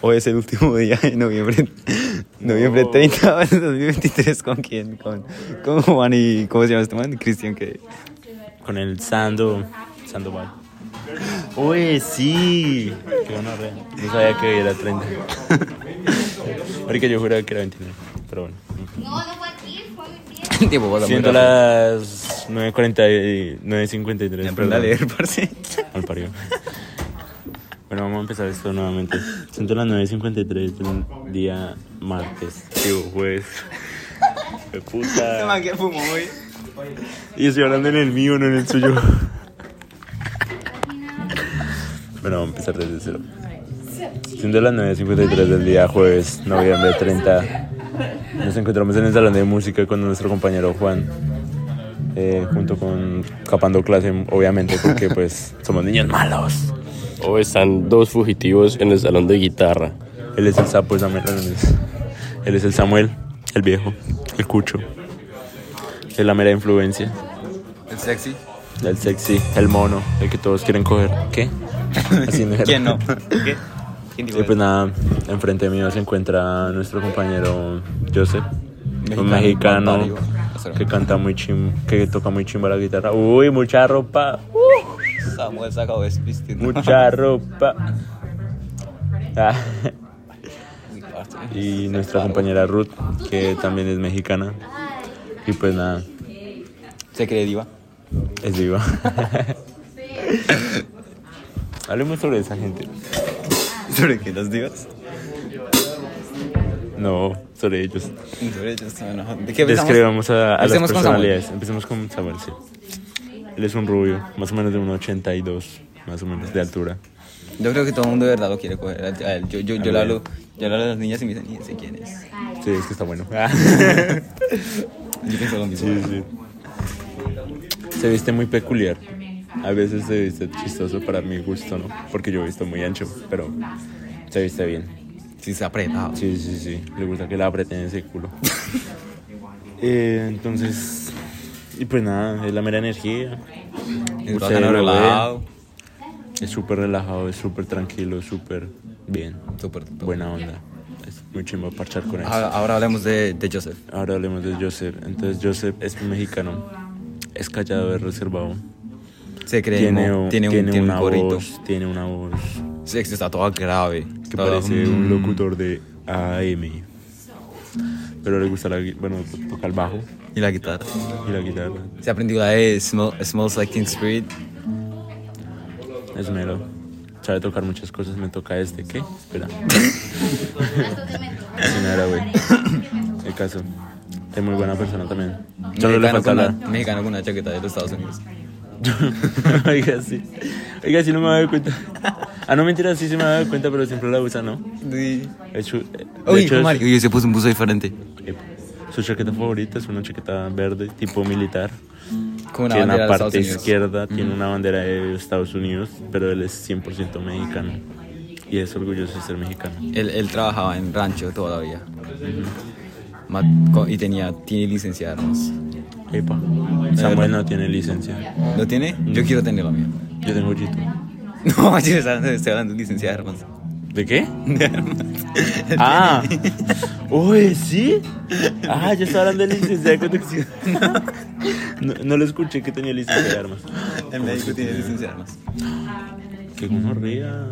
Hoy es el último día de noviembre, noviembre No. 30 de 2023. ¿Con quién? Con, con Juan y. ¿Cómo se llama este man? Cristian, que. Con el Sando. Sandoval. Uy, sí. Qué gonorrea. No sabía que era 30. Ahorita yo juraba que era 29. Pero bueno. No, no fue aquí, fue mi pie. Tiempo pasa muy Siendo rápido. las 9.40 y 9.53. Aprenda a perdón. leer, parce. Al parió. Bueno, vamos a empezar esto nuevamente. Siento las 9.53 de un día martes. Digo, jueves. Qué Este puta. man que fumó hoy. Y estoy hablando en el mío, no en el suyo. Bueno, vamos a empezar desde cero. Siendo las 9.53 del día jueves, noviembre 30, nos encontramos en el salón de música con nuestro compañero Juan. eh, junto con Capando Clase, obviamente, porque pues somos niños malos. O están dos fugitivos en el salón de guitarra. Él es el sapo de Samuel Hernández. Él es el Samuel, el viejo, el cucho. Es la mera influencia. El sexy. El sexy, el mono, el que todos quieren coger. ¿Qué? Así no era. ¿Quién no? ¿Qué? ¿Quién dijo Y pues eso? nada, enfrente mío se encuentra nuestro compañero Joseph. Mexicano, un mexicano barrio. que canta muy chim, que toca muy chimba la guitarra. Uy, mucha ropa. Samuel se acabó de despistir. Mucha ropa. Ah. Y nuestra compañera Ruth, que también es mexicana. Y pues nada, Se cree diva. es viva. Hablemos sobre esa gente. ¿Sobre qué? ¿Las divas? No, sobre ellos. Sobre ellos, no. ¿De qué empezamos? Describamos a, a las Empecemos con Samuel. personalidades. Empecemos con Samuel, sí. Él es un rubio, más o menos de 1,82, más o menos de altura. Yo creo que todo el mundo de verdad lo quiere coger. A él. Yo, yo, yo, A le mí. hablo, yo le hablo a las niñas y me dicen, "Ni sé quién es? Sí, es que está bueno. Ah. Yo pienso lo mismo. Sí, sí. Se viste muy peculiar. A veces se viste chistoso para mi gusto, ¿no? Porque yo he visto muy ancho, pero se viste bien. Sí, se ha apretado. Sí, sí, sí. Le gusta que la aprieten ese culo. Eh, entonces, y pues nada, es la mera energía. Y Usted bajan a lo ve, relajado. Es súper relajado, es súper tranquilo, súper bien. Súper, súper. Buena onda. Es muy chimbo parchar con él. Ahora, ahora hablemos de, de Joseph. Ahora hablemos de Joseph. Entonces, Joseph es un mexicano. Es callado, es reservado. Se cree Tiene, mo- un- tiene un, tiene tiene un una corito. voz. Tiene una voz Sí, que está toda grave. que toda- parece mm. un locutor de AM. Pero le gusta la gui- Bueno, to- toca el bajo Y la guitarra. y la guitarra. Se aprendió la E, de Smell- Smells Like Teen Spirit. Es mero. Sabe tocar muchas cosas. Me toca este. ¿Qué? Espera. Es una era, güey. El caso. Es muy buena persona también. Solo le Mexicano falta con, una, hablar. mexicano con una chaqueta de los Estados Unidos. Oiga, sí. Oiga, sí, no me había dado cuenta. Ah, no, mentira, sí se me había dado cuenta, pero siempre la usa, ¿no? Sí. Es su- de Uy, hecho, es- Mario. Uy, se puso un buzo diferente. eh, su chaqueta favorita es una chaqueta verde, tipo militar. Con una que en la bandera de Estados parte Unidos. izquierda tiene una bandera de Estados Unidos, pero él es 100% mexicano. Y es orgulloso de ser mexicano. Él, él trabajaba en rancho todavía. Ma- co- y tenía, tiene licencia de armas. Epa. Samuel no tiene licencia. ¿Lo tiene? Mm. Yo quiero tener la mía. Yo tengo chito. No, yo estoy hablando, estoy hablando de licencia de armas. ¿De qué? De armas. Ah. Uy, ¿sí? Ah, yo estaba hablando de licencia de conducción. No, no lo escuché que tenía licencia de armas. El médico tiene licencia de armas. Qué gonorrea.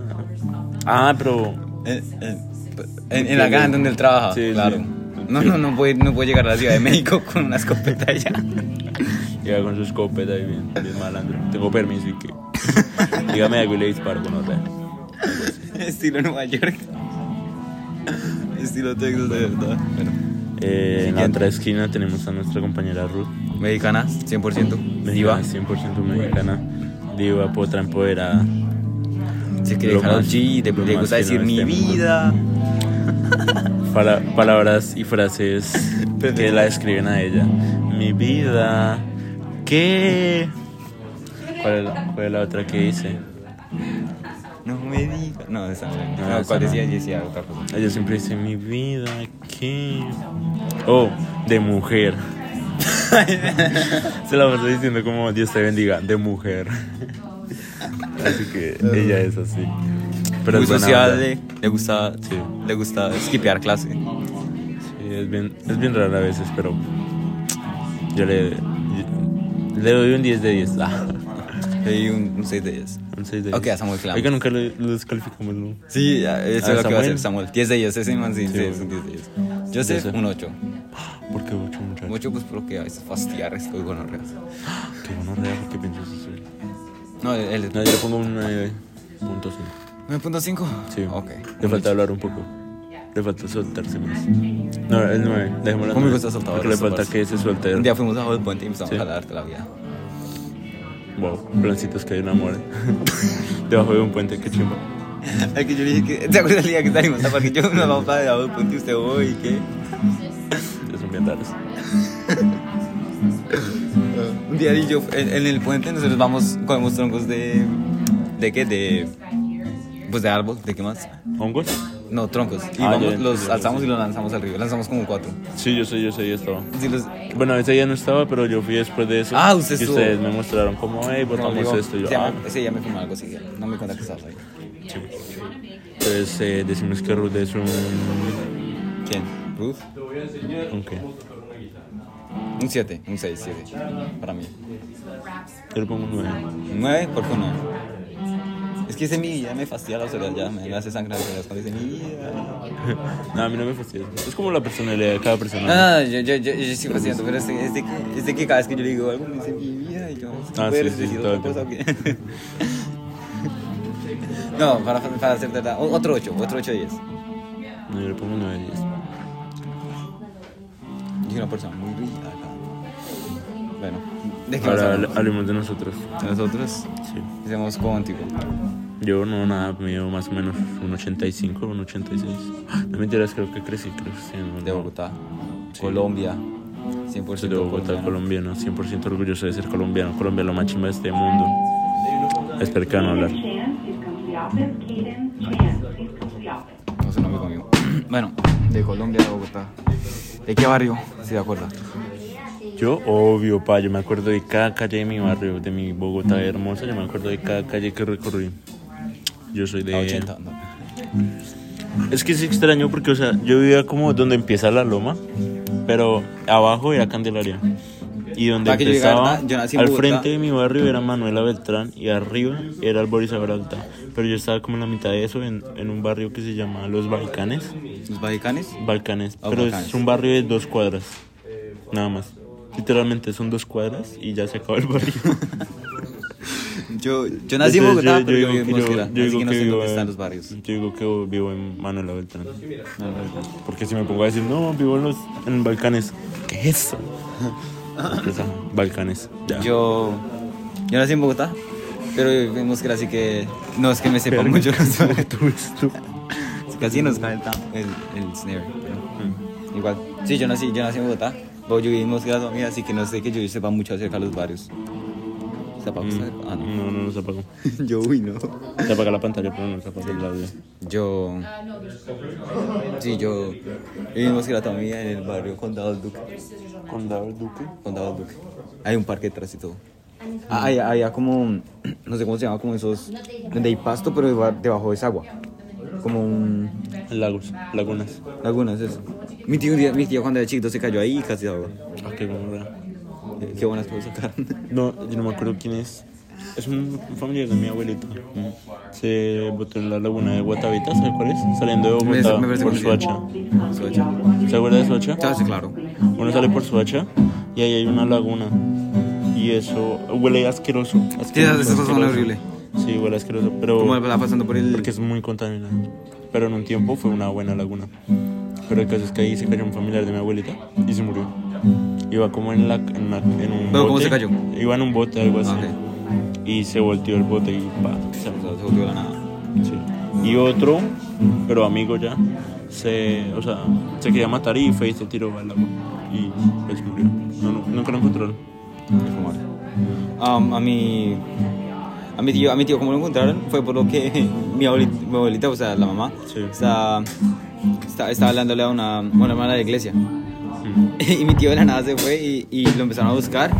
Ah, pero... En, en- en- en la gana donde él trabaja, Sí, sí. claro. No, no, no puede, no puede llegar a la Ciudad de México con una escopeta allá. Llega con su escopeta y bien, bien malandro. Tengo permiso y que... Dígame algo y le disparo con otra. Estilo Nueva York. Estilo Texas, de verdad. Bueno, Eh, en la Siguiente. otra esquina tenemos a nuestra compañera Ruth. mexicana, 100%. Mexicana, 100% mexicana. Diva, potra, empoderada. Se quiere Lo dejar más- G, le, lo le más este gusta que no decir mi estemos. vida. Para- palabras y frases que la describen a ella. Mi vida. ¿Qué? ¿Cuál es la, cuál es la otra que dice? No me digas. No, esa no. No, No, Ah, esa ¿cuál no. decía? Yo decía otra cosa. Ella siempre dice, mi vida, ¿qué? Oh, de mujer. Se la pasa diciendo como Dios te bendiga, de mujer. Así que ella es así. pero muy es buena onda. sociable, le gusta, Sí. le gusta skipear clase. Sí, es bien, es bien raro a veces, pero yo le, le doy un 10 de 10. Ah, Y un, un 6 de 10. un 6 de 10. Ok, a Samuel Clam. Oiga, nunca lo, lo descalificamos, ¿no? Sí, ya, eso Ah, es lo que va a hacer Samuel. Samuel. 10 de 10, ese man sí, sí, Sí. es un 10 de 10. Yo sé Yo sé. un 8. ¿Por qué 8, muchachos? Mucho pues porque a veces fastidiar estoy bueno Que no rea porque piensas eso. No, él No, yo le pongo un 9.5. 9.5. Sí. Ok. Le falta hablar un poco. Le falta soltarse más. No, el 9. Dejémoslo. Conmigo está soltado, Porque le está falta soltado. que se suelte. Un día fuimos a Hot Puente y empezamos Sí. a darte la vida. Wow, plancitos que hay un amor. Debajo de un puente, qué chimba. Es que yo le dije que. ¿Te acuerdas el día que salimos? Ah, Porque yo me vamos para Hot Puente y usted voy y qué. Ustedes Son bien raros. Un día y yo en, en el puente nosotros vamos, comemos troncos de. ¿De qué? De. Pues de árbol, ¿de qué más? ¿Hongos? No, troncos. Y Ah, ya, vamos, ya, los ya, alzamos y los lanzamos al río. Lanzamos como cuatro. Sí, yo sé, yo sé, yo estaba. Sí, los- Bueno, ese día no estaba, pero yo fui después de eso. Ah, usted Y estuvo. ustedes me mostraron como, hey, Rodrigo, botamos esto. Y yo, se ah, llama- Ese día me firmó algo así. No me di cuenta que estaba ahí. entonces eh, decimos que Ruth es un. ¿Quién? Ruth. ¿Un qué? Un 7, un 6, 7. Para mí. Yo le pongo un 9. 9, ¿por qué no? Es que ese mi vida me fastidia la soledad, ya me me hace sangrar las orejas cuando dice mi vida. No, a mí no me fastidia. Es como la personalidad de cada persona. No, no, yo, yo, yo, yo estoy fastidiando, pero es, de- es, de que, es de que cada vez que yo le digo algo me dice mi vida y yo. Ah, ¿puedes sí, sí, decir todo el otra cosa o qué? No, para, para hacer verdad, o- otro 8, otro 8 de 10. No, yo le pongo 9 10. Yo soy una persona muy rígida acá. Bueno, ¿de qué más Ahora hablamos? hablemos de nosotros. Nosotros Sí. hacemos contigo. Yo no, nada, mido más o menos un 85, un 86. Ah, No me enteras, creo que crecí, creo que sí, no, De no. Bogotá, Sí. Colombia, 100% Soy de Bogotá, colombiano. colombiano, 100% orgulloso de ser colombiano. Colombia es lo más chimba de este mundo. Espero que van a hablar. No sé, no amigo mío. Bueno, de Colombia, de Bogotá. ¿De qué barrio? Si te acuerdas. Yo, obvio, pa, yo me acuerdo de cada calle de mi barrio, de mi Bogotá hermosa, yo me acuerdo de cada calle que recorrí. Yo soy de... A 80, no. Es que es extraño porque, o sea, yo vivía como donde empieza la loma, pero abajo era Candelaria. Y donde Para que yo llegara, empezaba, ¿verdad? Yo nací en al Bogotá. frente de mi barrio era Manuela Beltrán y arriba era Alboriza Peralta. Pero yo estaba como en la mitad de eso, en, en un barrio que se llama Los Balcanes. ¿Los Vaticanes? Balcanes, Ah, pero Balcanes. es un barrio de dos cuadras, nada más. Literalmente son dos cuadras y ya se acabó el barrio. Yo, yo nací en Entonces, Bogotá, pero yo vivo en que Mosquera. yo Así digo que no sé vivo dónde están en- los barrios. Yo digo que vivo en Manuela Beltrán. Porque si me pongo a decir, no, vivo en los en Balcanes. ¿Qué es eso? Sorpresa, Balcanes. Ya. Yo, yo nací en Bogotá, pero yo vivo en Mosquera, así que no es que me sepa Verga, mucho. ¿cómo tú ves tú? Casi nos cae el, tam- el, el snare. Mm. pero Igual. Sí, yo nací, yo nací en Bogotá. Pero yo viví en Mosquera toda mi vida, así que no sé que yo sepa mucho acerca de los barrios. ¿Se apaga? Mm. Ah, no. No, no, no se apagó. Yo, uy, no. Se apaga la pantalla, pero no se apaga el audio. Yo. Sí, yo. Vivimos en la Tamía, en el barrio Condado del Duque. Condado del Duque. Condado del Duque. Hay un parque detrás y todo. Ah, hay- había como. un- No sé cómo se llama, como esos. Donde hay pasto, pero deba- debajo es agua. Como un. Lagos, lagunas. Laguna, es eso. Mi tío, un día- mi tío cuando era chiquito se cayó ahí y casi se ahogó. Ah, qué gonorrea. Eh, Qué buenas cosas sacaron. No, yo no me acuerdo quién es. Es un familiar de mi abuelito. Se botó en la laguna de Guatavita, ¿sabes cuál es? Saliendo de Me- Bogotá me parece por conocido. Suacha. ¿Se acuerda de Suacha? sí, claro. Uno sale por Suacha y ahí hay una laguna. Y eso huele asqueroso. asqueroso Sí, esas- esas cosas son asqueroso. horribles. Sí, huele asqueroso, pero pasando por el. porque es muy contaminado. Pero en un tiempo fue una buena laguna. Pero el caso es que ahí se cayó un familiar de mi abuelita y se murió. Iba como en, la, en, una- en un ¿Pero cómo bote. se cayó? Iba en un bote, algo así. Ah, Y se volteó el bote y pa, se O murió. sea, se volvió la nada. Sí. Y otro, pero amigo ya, se, o sea, se quería matar y fue y se tiró al agua. Y pues murió. No, no, nunca lo encontraron. Muy fumar. Am, Um, a mi a mi tío a mi tío como lo encontraron fue por lo que mi abuelita, mi abuelita, o sea la mamá Sí. está, está- estaba hablándole a una, a una hermana de la iglesia Mm. y mi tío de la nada se fue y, y lo empezaron a buscar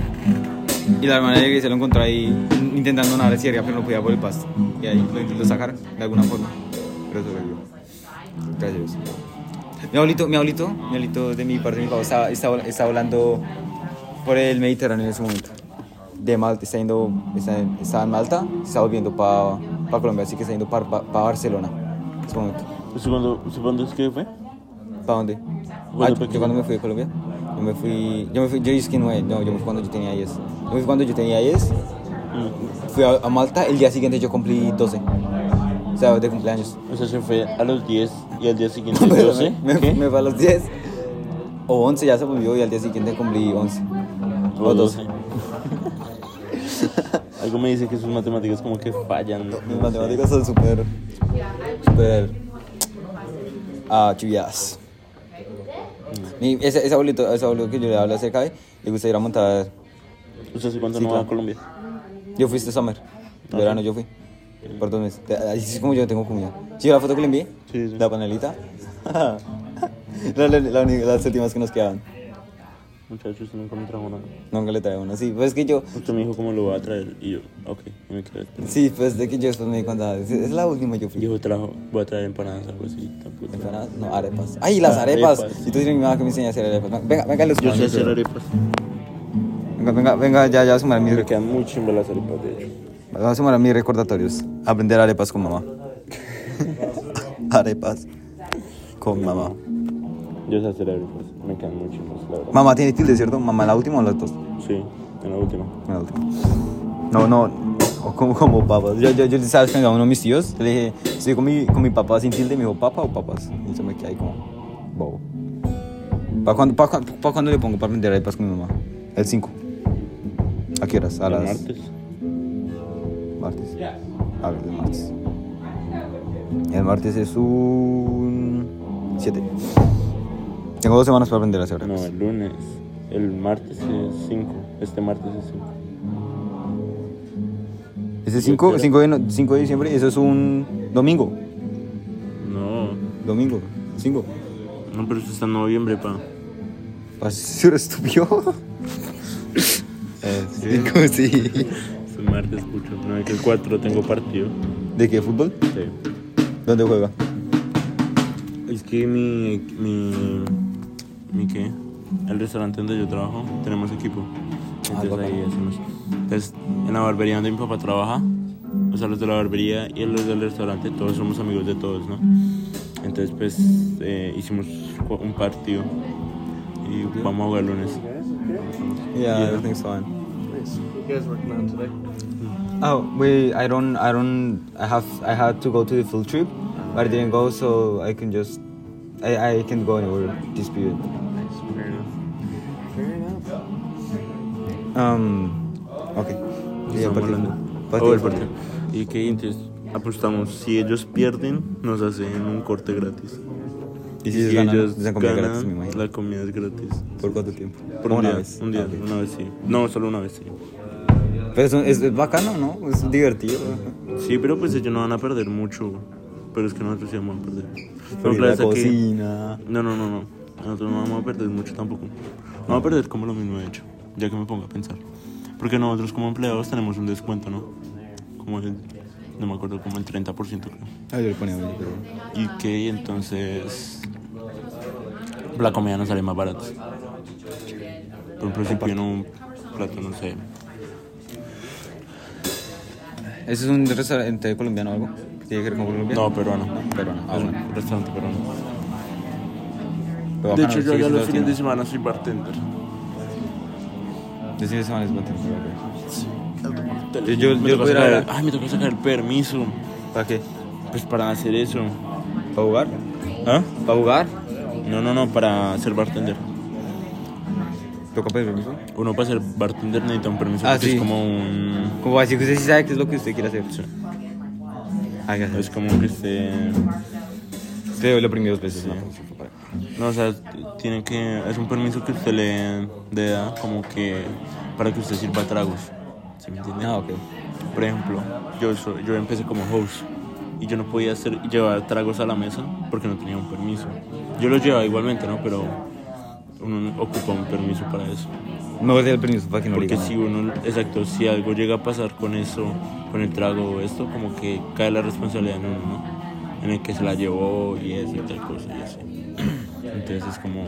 y la hermana de la iglesia lo encontró ahí intentando nadar hacia arriba pero no podía por el pasto y ahí lo, lo sacaron de alguna forma pero sobrevivió. Gracias. a Dios. Mi abuelito, mi abuelito, mi abuelito de mi parte, de mi papá, está, está, está volando por el Mediterráneo en ese momento. De Malta, está yendo, está, está en Malta, se está volviendo para Colombia, así que está yendo para Barcelona en ese momento. ¿Eso cuándo, eso cuándo es que fue? ¿Para dónde? Bueno, pues Ah, porque- yo cuando me fui de Colombia, yo me fui, yo me fui, yo dije que no, eh, no, yo me fui cuando yo tenía 10. Yo me fui cuando yo tenía 10, Mm. fui a, a Malta, el día siguiente yo cumplí 12, o sea, de cumpleaños. O sea, se fue a los 10 y al día siguiente Pero 12. me, me, ¿Qué? me fui a los 10, o 11 ya se volvió y al día siguiente cumplí 11. O O 12. 12. Algo me dice que sus matemáticas como que fallan. Mis matemáticas son súper, súper ah, chiviadas. Mi- Ese, ese, abuelito, ese abuelito que yo le hablo acerca de, le gusta ir a montar ¿Usted hace cuánto Sí, no va claro. a Colombia? Yo fui este summer. Ah, Verano yo fui. Por dos meses. Te- Así es como yo tengo comida. ¿Sí vio la foto que le envié? Sí, sí. La panelita. la, la- la uni- las últimas que nos quedaban. Muchachos, nunca me trajo nada. Nunca le traigo una. Sí, pues es que yo... Usted me dijo cómo lo va a traer y yo, ok, y me quedé. Sí, pues de que yo después me di cuenta. Es, es la última yo fui. Yo trajo, voy a traer empanadas, algo así. Tampoco. Empanadas, No, arepas. ¡Ay, las Ah, Arepas. arepas! Y tú tienes mi mamá que me enseña a hacer arepas. Venga, venga, los Yo sé hacer arepas. Venga, venga, venga, ya, ya, sumar mis, Me quedan muy chimba las arepas, de hecho. Vamos a sumar a mis recordatorios. Aprender arepas con mamá. arepas con mamá. Yo sé hacer arepas, me quedan muy chimbas, la verdad. Mamá tiene tilde, ¿cierto? Mamá, la última o la dos. Sí, en la última. La última. No, no. o Como, como papas. Yo, yo, yo sabes que a uno de mis tíos le dije, estoy con mi, con mi papá sin tilde, me dijo, ¿papa o papas? Y yo me quedé ahí como, bobo. ¿Para cuándo, para, cuándo- para cuándo le pongo para aprender arepas con mi mamá? El 5. ¿A qué horas? A El las. martes. Martes. A ver, el martes. El martes es un. 7. Tengo dos semanas para aprender a hacer No, arepas. el lunes. El martes es 5. Este martes es 5. Es el 5, espero. 5 de, no- 5 de diciembre, eso es un domingo. No, Domingo, 5. no, pero eso está en noviembre, pa. ¿Pasura estúpido? sí. Cinco, sí. Es el martes, pucho. No, es que el 4 tengo partido. ¿De qué fútbol? Sí. ¿Dónde juega? Es que mi, mi, mi qué, el restaurante donde yo trabajo, tenemos equipo. Ah, Entonces bacán. ahí hacemos. Entonces, en la barbería donde mi papá trabaja, o sea, los de la barbería y los del restaurante, todos somos amigos de todos, ¿no? Entonces, pues, eh, hicimos ju- un partido y vamos a jugar lunes. Yeah, everything's fine. You guys working out today? Oh, wait, I don't, I don't, I have, I had to go to the field trip, but I didn't go, so I can just, I, I can go anywhere this period. Um, okay. Y Yeah, estamos partido. hablando. Partido. Oh, el partido. Y que entonces apostamos, si ellos pierden, nos hacen un corte gratis. Y Y si si, ganan, ellos les dan comida ganan, gratis, me imagino. Ah, la comida es gratis. ¿Por cuánto tiempo? Por un día, Un día, una vez sí. No, solo una vez sí. Pero es, es, es bacano, ¿no? Es divertido. Sí, pero pues ellos no van a perder mucho. Pero es que nosotros sí vamos a perder. Pero Por claro, la está que- cocina. No, no, no, no. Nosotros no vamos a perder mucho tampoco. No vamos a perder como lo mismo, de hecho. Ya que me pongo a pensar. Porque nosotros como empleados tenemos un descuento, ¿no? Como el... No me acuerdo, como el 30% creo. Ah, yo le ponía medio, pero... Y que entonces... La comida nos sale más barata. Por ejemplo, si piden un plato, no sé, ¿Ese es un restaurante colombiano o algo? ¿Tiene que ver con Colombia? No, peruano. Peruano, ah, Es bueno. un restaurante peruano. Pero de hecho, bacano, yo sigue ya siendo los fines de latino. semana soy bartender. Los fines de semana es bastante. Yo- yo- me yo tocó voy a ir a sacar- ver. Ay, me tocó sacar el permiso. ¿Para qué? Pues para hacer eso. ¿Para jugar? ¿Ah? ¿Para jugar? No, no, no, para ser bartender. ¿Toca pedir permiso? Uno para ser bartender necesita un permiso. Ah, porque sí. Es como un. Como así que usted sí sabe qué es lo que usted quiere hacer. sí, Hágase. Es como este, que esté. Te lo oprimí dos veces. ¿no? No, o sea, tiene que. Es un permiso que usted le, le da como que. Para que usted sirva tragos. ¿Sí me entiende? Ah, ok. Por ejemplo, yo, soy- yo empecé como host y yo no podía hacer, llevar tragos a la mesa porque no tenía un permiso. Yo los llevaba igualmente, ¿no? Pero uno ocupa un permiso para eso. No voy a el permiso para que no Porque diga si nada. uno, exacto, si algo llega a pasar con eso, con el trago o esto, como que cae la responsabilidad en uno, ¿no? en el que se la llevó y eso y tal cosa y así. Entonces es como,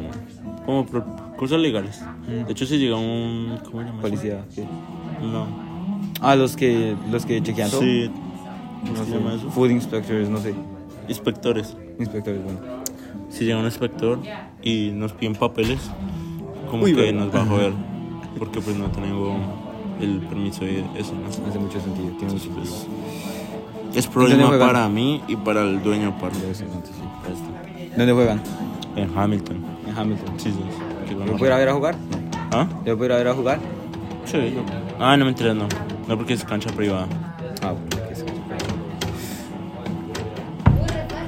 como pro- cosas legales. De hecho, si llega un. ¿Cómo se llama? eso? Policía. ¿qué? No. Ah, los que, los que chequean todo. Sí. ¿Cómo No se sé, llama eso? Food inspectors, no sé. Inspectores. Inspectores, bueno. Si llega un inspector y nos piden papeles, como Uy, que verdad. nos va a joder. Porque pues no tengo el permiso de eso, ¿no? Hace mucho sentido. Tiene mucho sentido. Pues, es problema juegan? para mí y para el dueño para este. Debe ser, entonces, sí. ¿Dónde juegan? En Hamilton. En Hamilton. Sí, sí. sí, ¿Yo puedo ir a ver a jugar? ¿Ah? ¿Yo puedo ir a ver a jugar? Sí, yo. Ah, no, mentira, no. No, porque es cancha privada. Ah, bueno, que sí.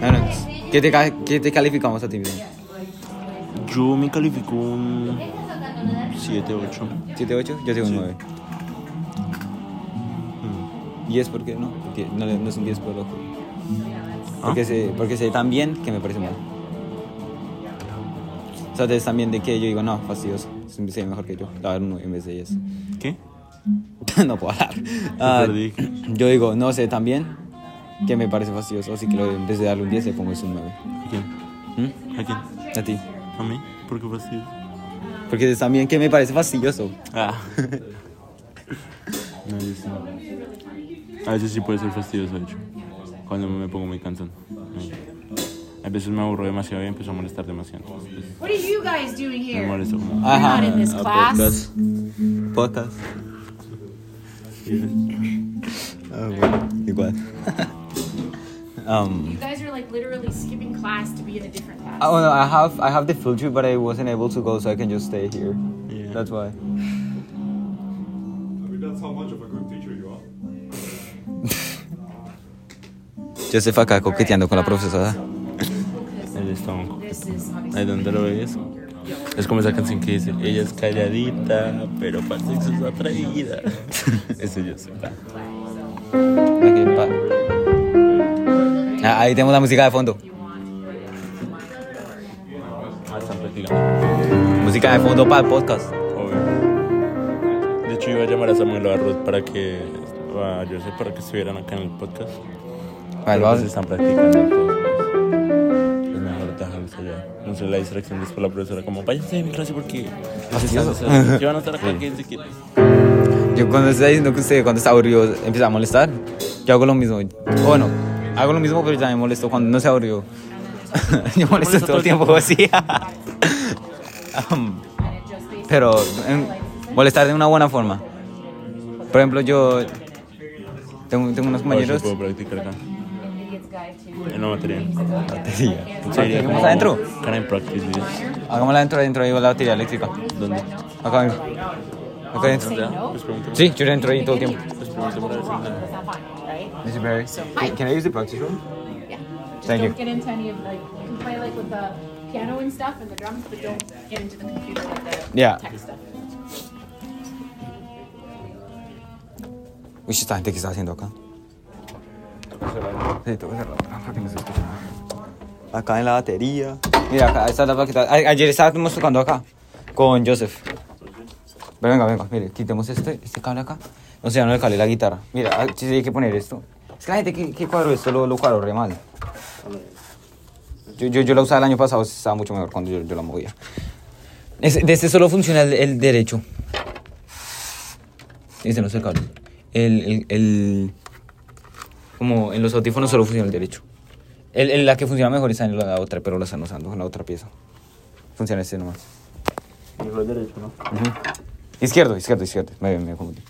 No, no. ¿Qué te, ca- qué te calificamos a ti mismo? Yo me califico un 7, 8. ¿7, 8? Yo tengo un 9. ¿Y es porque no? Porque No, le- no es un 10 por loco. Porque, sé, porque sé tan bien que me parece mal. O sea, es tan bien de que yo digo, no, fastidioso. Se se ve mejor que yo. Le voy a dar un 9 en vez de 10. ¿Qué? no puedo hablar. Ah, perdí. yo digo, no sé tan bien que me parece fastidioso. Así que lo- en vez de darle un 10, le pongo es un 9. ¿A quién? ¿Mm? ¿A quién? A ti. ¿A mí? ¿Por qué fastidio? Porque es tan bien que me parece fastidioso. Ah. no, yo sí. A veces sí puede ser fastidioso, de hecho. Cuando me pongo muy cansado. Sí. A veces me aburro demasiado y empiezo a molestar demasiado. Entonces, What are you guys doing me here? molesto como... You're not in this class. Podcast. Ah, bueno, igual. um, You guys are like literally skipping class to be in a different class. oh no, I have I have the field trip, but I wasn't able to go, so I can just stay here. Yeah. That's why. I mean, that's how much of a good teacher you are. Josefa acá coqueteando con la profesora. El estómago. This is obviously. ¿Ahí dónde lo ves? Es como esa canción que dice, ella es calladita, pero para el sexo es atraída. Eso yo Ah, sé. Ok, pa. Ah, ahí tenemos la música de fondo. Ah, están practicando. Música de fondo para el podcast. Obvio. De hecho, iba a llamar a Samuel Arroz para que, a Joseph para que estuvieran acá en el podcast. Vale, Pero, pues, vamos. están practicando. entonces, Es mejor dejarlos allá. No sé, la distracción después la profesora como, váyanse de mi clase porque... Ah, Yo van a estar acá, quédense quietos. Yo cuando está diciendo que usted pues, eh, cuando está aburrido empieza a molestar, yo hago lo mismo. Bueno, hago lo mismo, pero ya me molesto cuando no se aburrido. yo molesto todo el tiempo así. Um, pero em, molestar de una buena forma. Por ejemplo, yo tengo, tengo unos A ver si compañeros. puedo practicar acá. En la materia. Sería como- ¿Estás adentro? Can I practice this? Hagámosla dentro, dentro ahí con la batería eléctrica. ¿Dónde? Acá mismo. Acá dentro. Pues pregunto. Sí, yo dentro ahí todo el tiempo. Pues pregunto para ver si That's not fun, right? Mr. Barry, can, can I use the practice room? Yeah. Just Thank don't you. get into any of like you can play like with the piano and stuff and the drums, but don't get into the computer and the Yeah. tech stuff. Uy, esta gente que está haciendo acá. Sí, tengo que cerrar para que no se escuche nada. Acá en la batería. Mira, acá está la plaqueta. A- Ayer estábamos tocando acá con Joseph. Pero venga, venga, mire, quitemos este, este cable acá. No sé, ya no le calé la guitarra. Mira, ah, sí, sí, hay que poner esto. Es que la gente que, que cuadró esto lo, lo cuadró re mal. Yo, yo, yo la usaba el año pasado, estaba mucho mejor cuando yo, yo la movía. Ese- de este solo funciona el- el derecho. Este no es el cable. El, el, el- Como en los audífonos solo funciona el derecho. El, el- la que funciona mejor está en la otra, pero la están usando en la otra pieza. Funciona este nomás. derecho, ¿no? Izquierdo, izquierdo, izquierdo. Me, me confundí.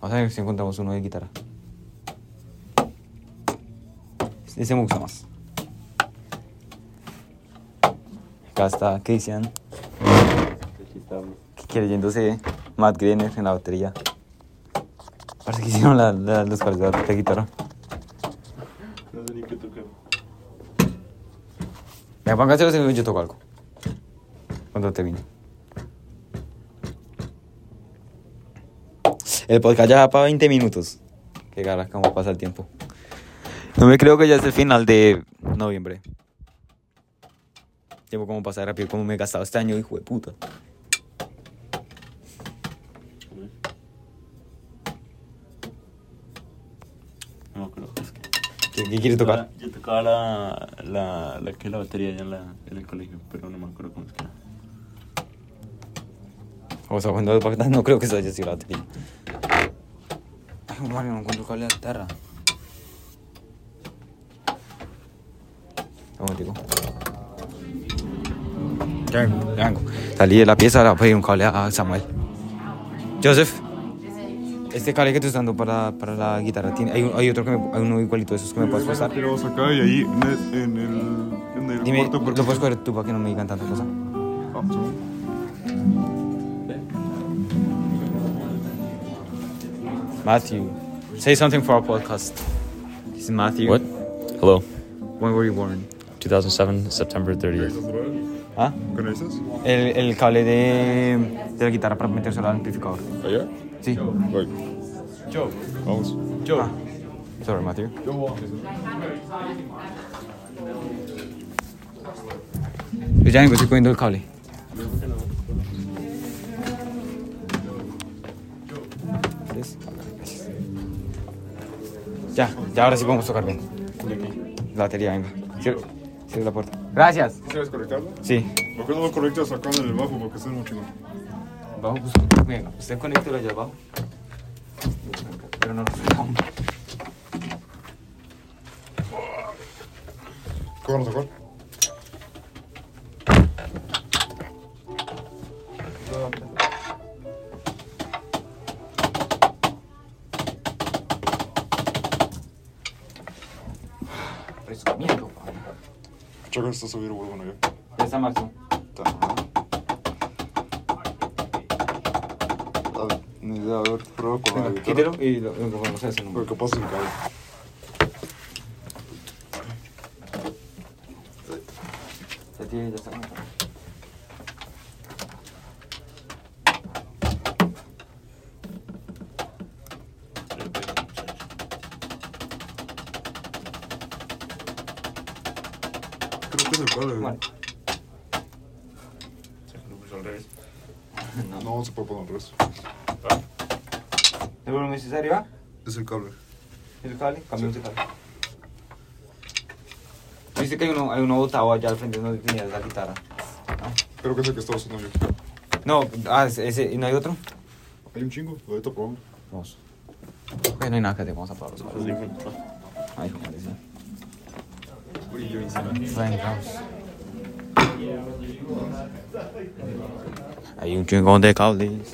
Vamos a ver si encontramos uno de guitarra. Ese me gusta más. Acá está Cristian creyéndose Matt Greener en la batería. Parece que hicieron la, la- los cuales de la guitarra. No sé ni qué tocar. Me apagan los y yo toco algo. Cuando termine. El podcast ya va para 20 minutos. Qué cara, cómo pasa el tiempo. No me creo que ya es el final de noviembre. Tiempo como pasa rápido, como me he gastado este año, hijo de puta. No me acuerdo. Es que... ¿Qué ¿Qué quieres tocar? Yo tocaba la, la, la que la batería allá en, la, en el colegio, pero no me acuerdo cómo es que era. O sea, cuando no, no creo que eso haya sido la batería. Ay, Mario, no encuentro cable de guitarra. Un momentico. Ya vengo, ya vengo. Salí de la pieza para pedir un cable a Samuel. Joseph, este cable que te estás dando para, para la guitarra, ¿tiene, hay, un- hay otro que me, hay uno igualito de esos que me puedes pasar. Pero saca de ahí en el, en el, en el Dime, cuarto ¿lo puedes coger tú para que no me digan tanta cosa? Ah, un segundo. Matthew, say something for our podcast. This is Matthew. What? Hello. When were you born? 2007, September 30th. ¿Ah? ¿Con esas? El, el cable de, de la guitarra para metérselo al amplificador. ¿Allá? Sí. Voy. Vamos. Yo. Sorry, Matthew. Pues ya vengo, estoy cogiendo el cable. ¿Ves? Ya, ya ahora sí podemos tocar bien. La batería, venga. Cierra, cierra la puerta. Gracias. ¿Quieres conectarlo? Sí. ¿Por qué no lo conectas acá en el bajo? Porque es muy chingón. Bajo, pues, venga, usted conéctelo allá abajo. Pero no lo ¿Cómo lo sacó? Resumiendo, Checa esto subir huevo, bueno, yo. Ya está Marzo. Ah, Ni idea, a ver, prueba con la Venga, guitarra. Quítelo y lo, lo vamos a hacer Lo nomás. que pasa es que cae. Ya tiene, ya está. conectado. Creo que es el cable. Bueno. No, se puede poner al revés. ¿El volumen es arriba? Es el cable. ¿El cable? Cambiamos de cable. Viste que hay uno, hay uno botado allá al frente donde tenías la guitarra. Creo que es el que estaba usando yo. No, ah, ese- ese, ¿y no hay otro? Hay un chingo, ahorita probamos. Vamos. Ok, pues, no hay nada que te vamos a probar los cables. Ay, hijo, madre, sí. Frank House. Hay un chingón de cables.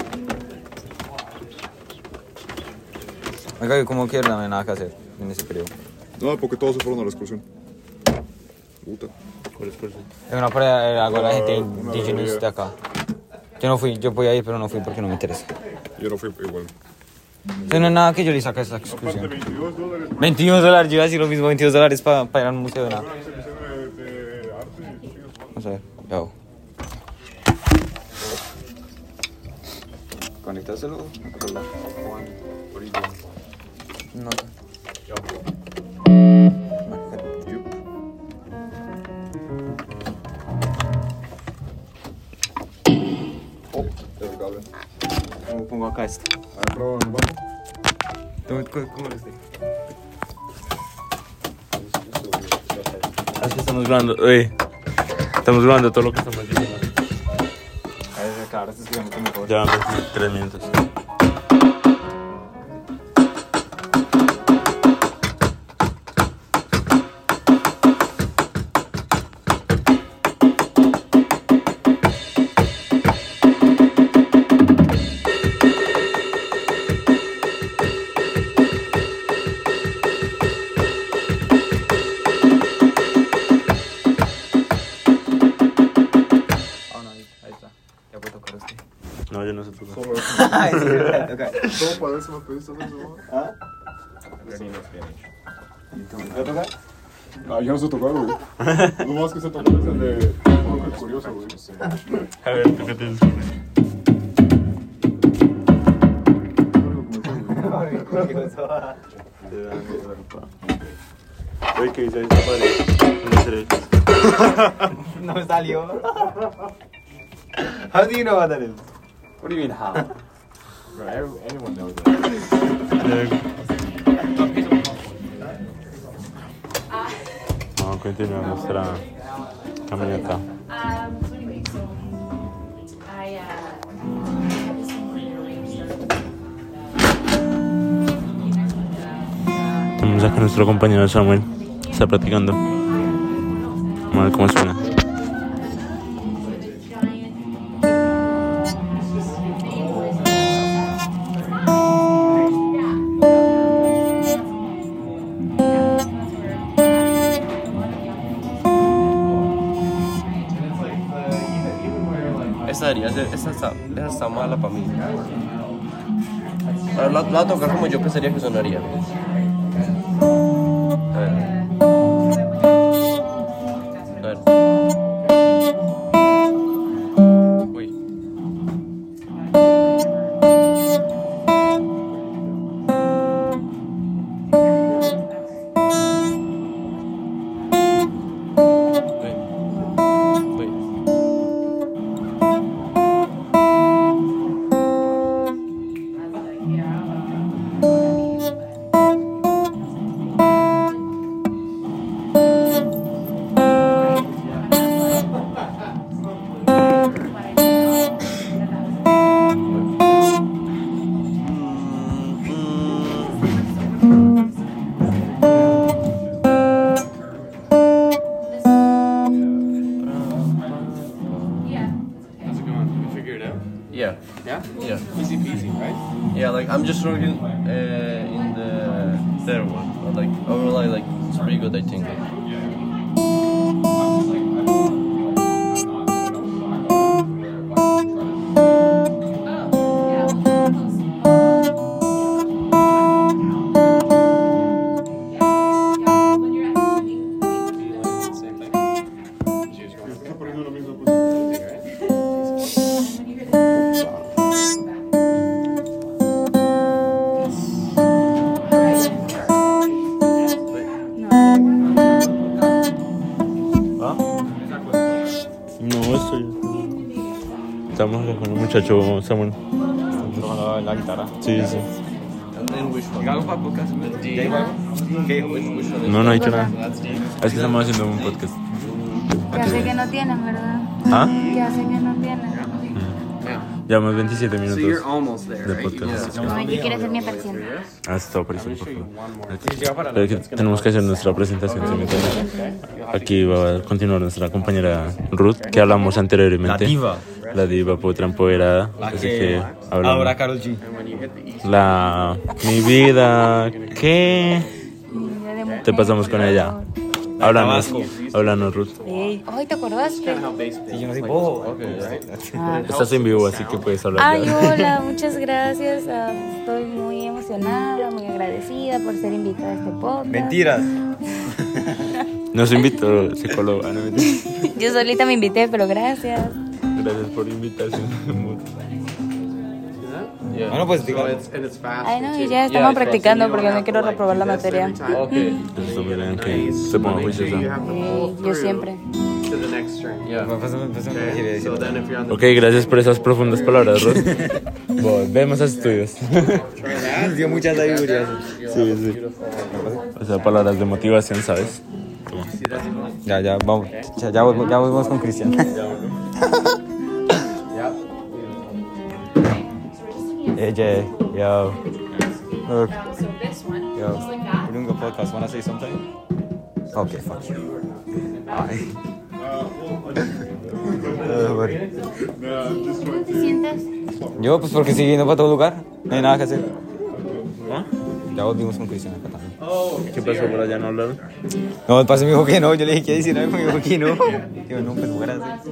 Oiga, como quiera, no hay nada que hacer en ese periodo. No, porque todos se fueron a la excursión. Puta. Es una prueba, algo la gente Una indigenous de barbaridad. acá. Yo no fui, yo podía ir, pero no fui porque no me interesa. Yo no fui igual. Entonces no es nada que yo le saque esa exclusión. 22 dólares 22 dólares, yo iba a decir lo mismo, 22 dólares para ir al museo de nada. una exhibición de, de arte y chingas. Vamos a ver, yo. Conectáselo. No. Oh, el cable. ¿Cómo pongo acá esto? A ver, prueba en el bajo. ¿Cómo, cómo lo estoy? Así estamos grabando, oye. Estamos grabando todo lo que estamos diciendo. A ver, acá, ahora se escribe mucho mejor. Ya vamos, tres minutos. Ah, no, ahí ahí está. Ya puedo tocar este. No, yo no sé tocar. Solo eso. Ay, sí, ya puedo tocar. Todo para eso me pediste eso, ¿Puedo tocar? ¿no? Ah, yo no sé tocar, güey. Lo más que sé tocar es el de. Como el curioso, güey. A ver, tú qué te descubres. 네, Oye, ¿qué dice esta pared? Una tres. No me salió. How do you know what that is? What do you mean how? A ver, continuar nuestra caminata. Um, so anyway, so I uh, had this morning arranged. uh, Tenemos acá a nuestro compañero Samuel. Está practicando. Vamos a ver cómo suena. With a giant. Esa debería ser, esa está, esa está mala para mí. Ahora la, la voy a tocar como yo pensaría que sonaría. A ver. A ver. Uy, uy, uy. Yeah. Yeah. Yeah? Yeah. Easy peasy, right? Yeah, like I'm just struggling uh, in the third one. But like overall, I like it's pretty good, I think. Estás aprendiendo la misma cosa. ¿Ah? No, estoy. Estamos acá con el muchacho Samuel. Tocando la guitarra. Sí, sí. And then which one? D. Okay, which, which one is No, no ha dicho Hola. nada. Es que estamos haciendo un podcast. Ya sé que no tienes, ¿verdad? ¿Ah? Mm. Ya sé que no tienes. Llevamos 27 minutos almost there, de podcast. No, yo quiero ser mi persona. Ah, está apareciendo, por favor. Pero es que tenemos que hacer nuestra presentación. ¿sí me entiendes? Aquí va a continuar nuestra compañera Ruth, que hablamos anteriormente. La diva. La diva potra empoderada. Así que hablamos. Ahora Carol G. La... Mi vida... ¿Qué? Te pasamos con ella. Háblanos, háblanos Ruth. Ay, ¿te acordaste? Sí, yo no soy bobo. Estás en vivo, así que puedes hablar. Ay, ya. hola, muchas gracias. Ah, estoy muy emocionada, muy agradecida por ser invitada a este podcast. Mentiras. Nos invitó psicóloga. no mentira. Yo solita me invité, pero gracias. Gracias por invitarse. Yeah. Ah, no, pues, diga- Ay, no, y Ah, ya estamos practicando porque no quiero reprobar la materia. Okay. Eso, miren, que se ponga juiciosa. Eh, yo siempre. Yeah. Pásame, pásame lo que quería decir. Ok, gracias por esas profundas palabras, Ruth. Volvemos a estudios. Nos dio mucha sabiduría. Sí, sí. O sea, palabras de motivación, ¿sabes? Toma. Ya, ya, vamos. Ya, ya, volvemos- ya volvemos con Cristian. AJ, yo. Look, So this one, yo. just like that. We're doing a podcast. Wanna say something? Okay, fuck you. Bye. Eh, bueno. ¿Cómo te sientes? Yo, pues porque si no para todo lugar, no hay nada que hacer. Ya volvimos con Cristian acá también. ¿Qué pasó por allá no hablaron? No, el pase me dijo que no. Yo le dije que 19, me dijo que no. Digo, no, pues gracias.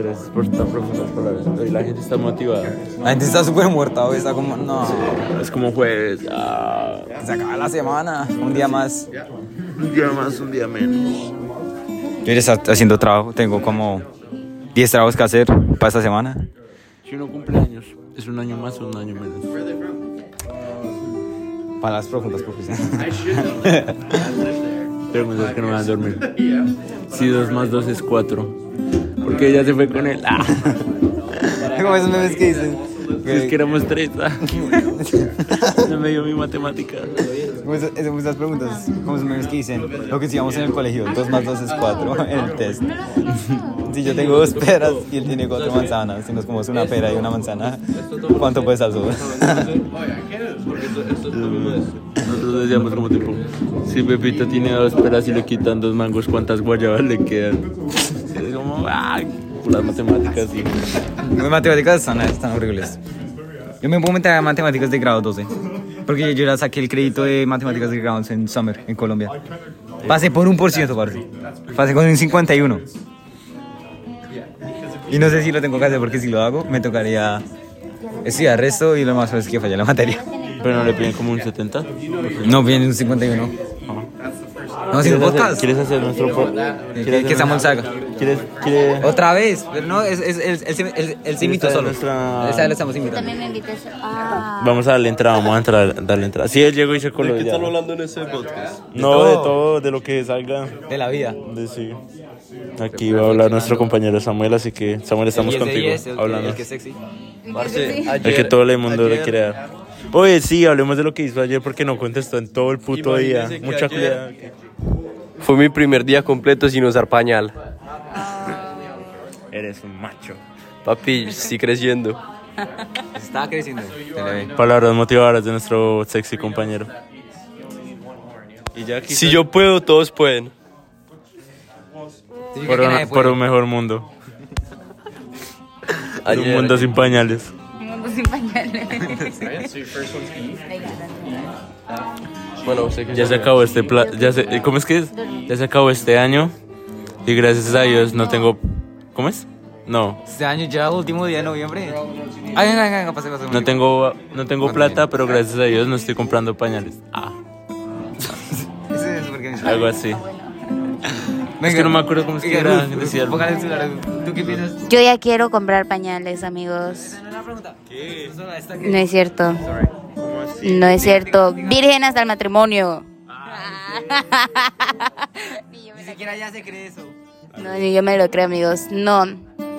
Gracias por tan profundas palabras. Hoy la gente está motivada. La gente está súper muerta hoy, está como, no. Es como jueves. Ah, Se acaba la semana, un día más. un día más, un día menos. Yo ya está haciendo trabajo, tengo como 10 trabajos que hacer para esta semana. Si uno cumple años, es un año más o un año menos. Para las preguntas, pues. profesionales. Preguntas que no van a dormir. Si dos más dos es cuatro. Porque ella se fue con él. Ah, Como esos memes que dicen. si es que éramos tres. ah. No me dio mi matemática. como esas, es- como esas preguntas, como esos memes que dicen, lo que hicimos en el colegio, dos más dos es cuatro Ah, en el test. Si yo tengo dos peras y él tiene cuatro manzanas, si nos comemos una pera y una manzana, ¿cuánto puede salir? Nosotros decíamos como tipo, si Pepita tiene dos peras y le quitan dos mangos, ¿cuántas guayabas le quedan? Es como, ¡ay! Puras matemáticas, sí. Mis matemáticas están, están horribles. Yo me puedo meter a matemáticas de grado 12. Porque yo, yo ya saqué el crédito de matemáticas de grado 11 en Summer, en Colombia. Pasé por un por ciento, parce. Pasé con un 51. Y no sé si lo tengo que hacer porque si lo hago, me tocaría estudiar resto y lo más probable es que falle la materia. Pero no le piden como un 70. No, viene un 51. No, haciendo ¿Quieres hacer, podcast. ¿Quieres hacer nuestro po- Que- ¿Quieres que- que hacer- Samuel salga. ¿Quieres, quieres, Otra vez, pero no, es, es, él, él se- él- él se Esta invitó es solo. nuestra- Esa la estamos invitando. También me invitas. Ah, Vamos a darle entrada, vamos a entrar, darle entrada. Sí, él llegó y se coló ¿Qué ya. están hablando en ese podcast? No, de todo, de lo que salga. De la vida. De sí. Aquí va a hablar nuestro compañero Samuel, así que Samuel, estamos El 10 de contigo. 10, el que- hablando. el que es sexy. Parce, ayer, El que todo el mundo le ayer, quiere dar. Oye, sí, hablemos de lo que hizo ayer porque no contestó en todo el puto día. Imagínense que Mucha cuidado. ayer- Fue mi primer día completo sin usar pañal. Eres un macho. Papi, sí creciendo. Está creciendo. Te le ve. Palabras motivadoras de nuestro sexy compañero. Y ya aquí Si yo puedo, todos pueden. Sí, yo creo por, que un- nadie por puede. un mejor mundo. un Ayer- mundo sin pañales. mundo sin pañales. Bueno, sé que Ya se acabó este pla- ya se- ¿Cómo es que es? Ya se acabó este año. Y gracias a Dios no tengo. ¿Cómo es? No. Este año ya, último día de noviembre. Ay, venga, venga, venga, pase, pase. No tengo, no tengo plata, pero gracias a Dios no estoy comprando pañales. Ah, Ese es porque... algo así. Venga, que no me acuerdo cómo es que venga, era, Ruth, decía algo. póngale el celular, Ruth. ¿Tú qué piensas? Yo ya quiero comprar pañales, amigos. No es cierto. No es cierto. Virgen hasta el matrimonio. Ah, Ni yo me la- siquiera ya se cree eso. No, ni yo me lo creo, amigos. No.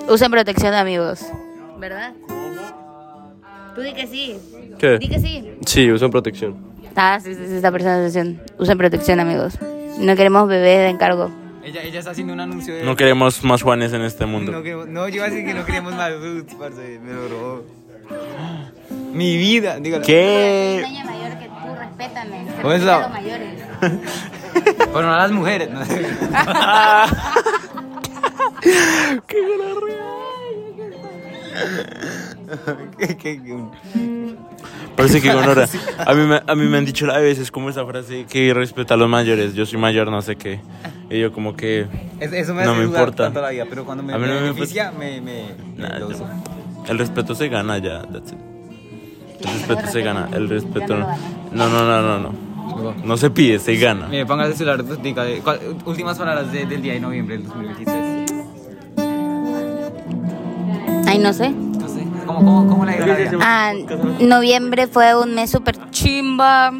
Usen protección, amigos. ¿Verdad? Tú di que sí. ¿Qué? Di que sí. Sí, usan protección. Ah, sí, sí, sí, esta persona protección. Usen protección, amigos. No queremos bebés de encargo. Ella, ella está haciendo un anuncio de... No queremos más Juanes en este No mundo. queremos- no, yo iba a decir que no queríamos más Ruth, parce. Me lo robó. Mi vida, dígalo. ¿Qué? Niña mayor que tú, respétame. ¿Cómo es la- Respeta a los mayores. Bueno, a las mujeres. ¿no? ¿Qué, qué, qué? Parece que Gonora. A mí, me, a mí me han dicho a veces como esa frase que respeta a los mayores. Yo soy mayor, no sé qué. Y yo como que... Es- Eso me No hace me dudar importa. tanto la vida, pero cuando me, A mí no me me beneficia, me, me, me nah, lo yo- uso. el respeto se gana ya. that's it. El respeto se gana. El respeto no. No, no, no, no. No, no se pide, se gana. Mire, pongas el celular, pues, diga, de- ¿cuál- últimas palabras de- del día de noviembre del 2023. Ay, no sé. No sé, ¿cómo, cómo, cómo la idea? Ah, noviembre fue un mes súper chimba.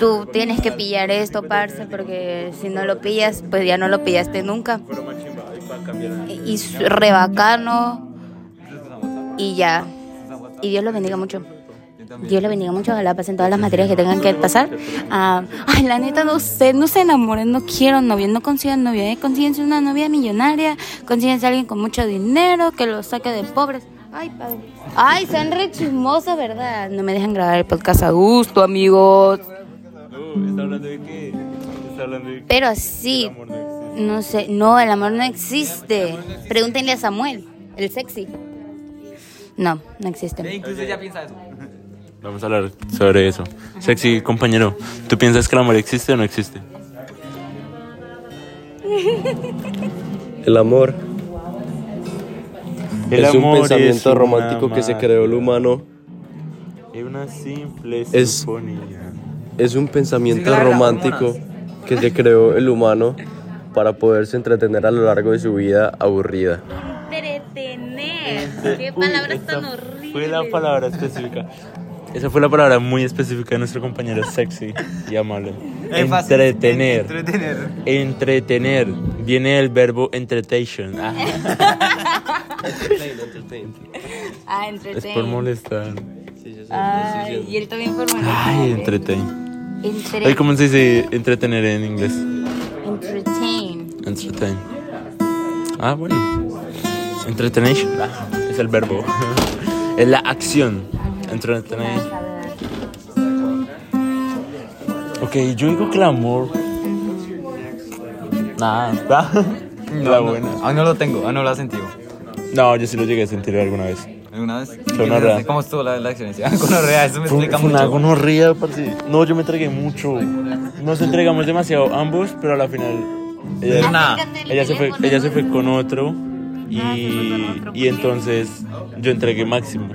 Tú tienes que pillar esto, parce, porque si no lo pillas, pues ya no lo pillaste nunca. Y es re bacano. Y ya. Y Dios los bendiga mucho. Dios los bendiga mucho, ojalá pasen todas las materias que tengan que pasar. Ah, ay, la neta, no sé, no se enamoren, no quiero novio, no consigan novio, eh. consíguense una novia millonaria, consíguense a alguien con mucho dinero, que los saque de pobres. Ay, padre. Ay, sean re chismosos, ¿verdad? No me dejan grabar el podcast a gusto, amigos. ¿Está hablando de qué? ¿Está hablando de Pero sí, no sé, no, el amor no existe. Pregúntenle a Samuel, el sexy. No, no existe. Incluso ya piensa eso. Vamos a hablar sobre eso. Sexy compañero, ¿tú piensas que el amor existe o no existe? El amor El es amor un pensamiento es una romántico que se magia. creó el humano. Es una simple Es- sinfonía. Es un pensamiento Sí, claro, romántico que se creó el humano para poderse entretener a lo largo de su vida aburrida. Entretener. Qué Este, Uy, esa Fue la palabra específica. Esa fue la palabra muy específica de nuestro compañero sexy y amable. Es fácil. Entretener. Entretener. Entretener. Viene el verbo entertain. Ah, Ah, es por entretener. molestar. Ay, y él también por Ay, entertain. Entre- Ay, ¿Cómo se dice entretener en inglés? Entertain. Entertain. Ah, bueno. Entretener ah, es el verbo. es la acción. Entretener. Ok, yo digo clamor. Nada. la buena. Aún no lo tengo, aún no lo has sentido. No, yo sí lo llegué a sentir alguna vez. ¿Alguna vez? gonorrea. Este, ¿Cómo estuvo la, la experiencia? Gonorrea, eso me Fue, explica fue mucho. una gonorrea, parce. No, yo me entregué mucho. Nos entregamos demasiado ambos, pero a la final ella, Nada. ella se, fue, ella se fue con otro y, Ah, y entonces yo entregué máximo.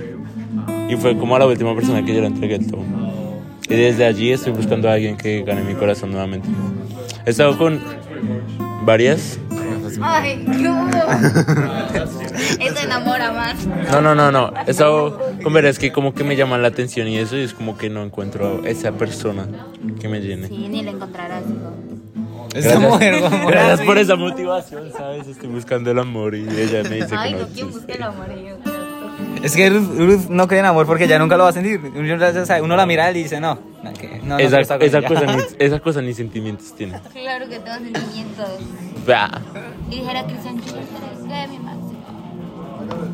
Y fue como a la última persona que yo le entregué el todo. Y desde allí estoy buscando a alguien que gane mi corazón nuevamente. He estado con varias. Ay, Ah, no. Eso enamora más. No, no, no, no. He estado con varias que como que me llaman la atención y eso y es como que no encuentro a esa persona que me llene. Sí, ni lo encontrarás. hijo. Esa mujer, gonorrea. Gracias por esa motivación, ¿sabes? Estoy buscando el amor y ella me dice Ay, que no. no, ¿quién busca el amor? Yo creo. Es que Ruth, Ruth no cree en amor porque ya nunca lo va a sentir. Uno, ya sabe, uno la mira y le dice, no, no, que- no, no quiero esa, estar con esa, ella. cosa ni, esa cosa ni sentimientos tiene. Claro que tengo sentimientos. Bah. Y dijera Cristian Chulo, que mi máximo.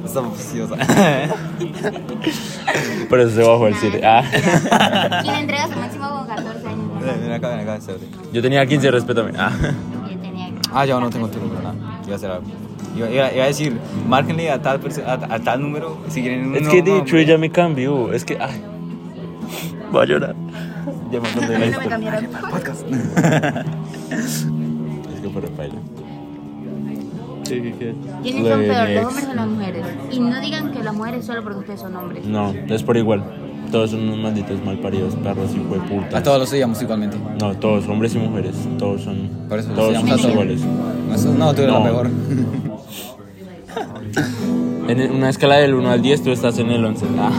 Está preciosa. Por eso se bajó el cine. Ah. Quien entrega su máximo con 14 años. Mira, mira acá, mira acá, chévere. Yo tenía 15, respétame. Ah. Yo tenía que- Ah, yo no tengo tu número, nada. Iba a hacer algo. Iba, iba- iba a decir, márquenle a tal, perso- a, a tal número si quieren un Es que de no, hecho ella me cambió. Es que. Ay. Voy a llorar. Ya me acordé de la No me historia. cambiaron. Es que fuera paila. ¿Quiénes son peor, Lex. los hombres o las mujeres? Y no digan que las mujeres solo porque ustedes son hombres. No, es por igual. Todos son unos malditos malparidos, perros y A hueputas. todos los odiamos igualmente. No, todos, hombres y mujeres. Todos son. Por eso los todos odiamos son a todos. iguales. Eso- No, tú eres No. la mejor. En una escala del 1 al 10, tú estás en el 11. Ah.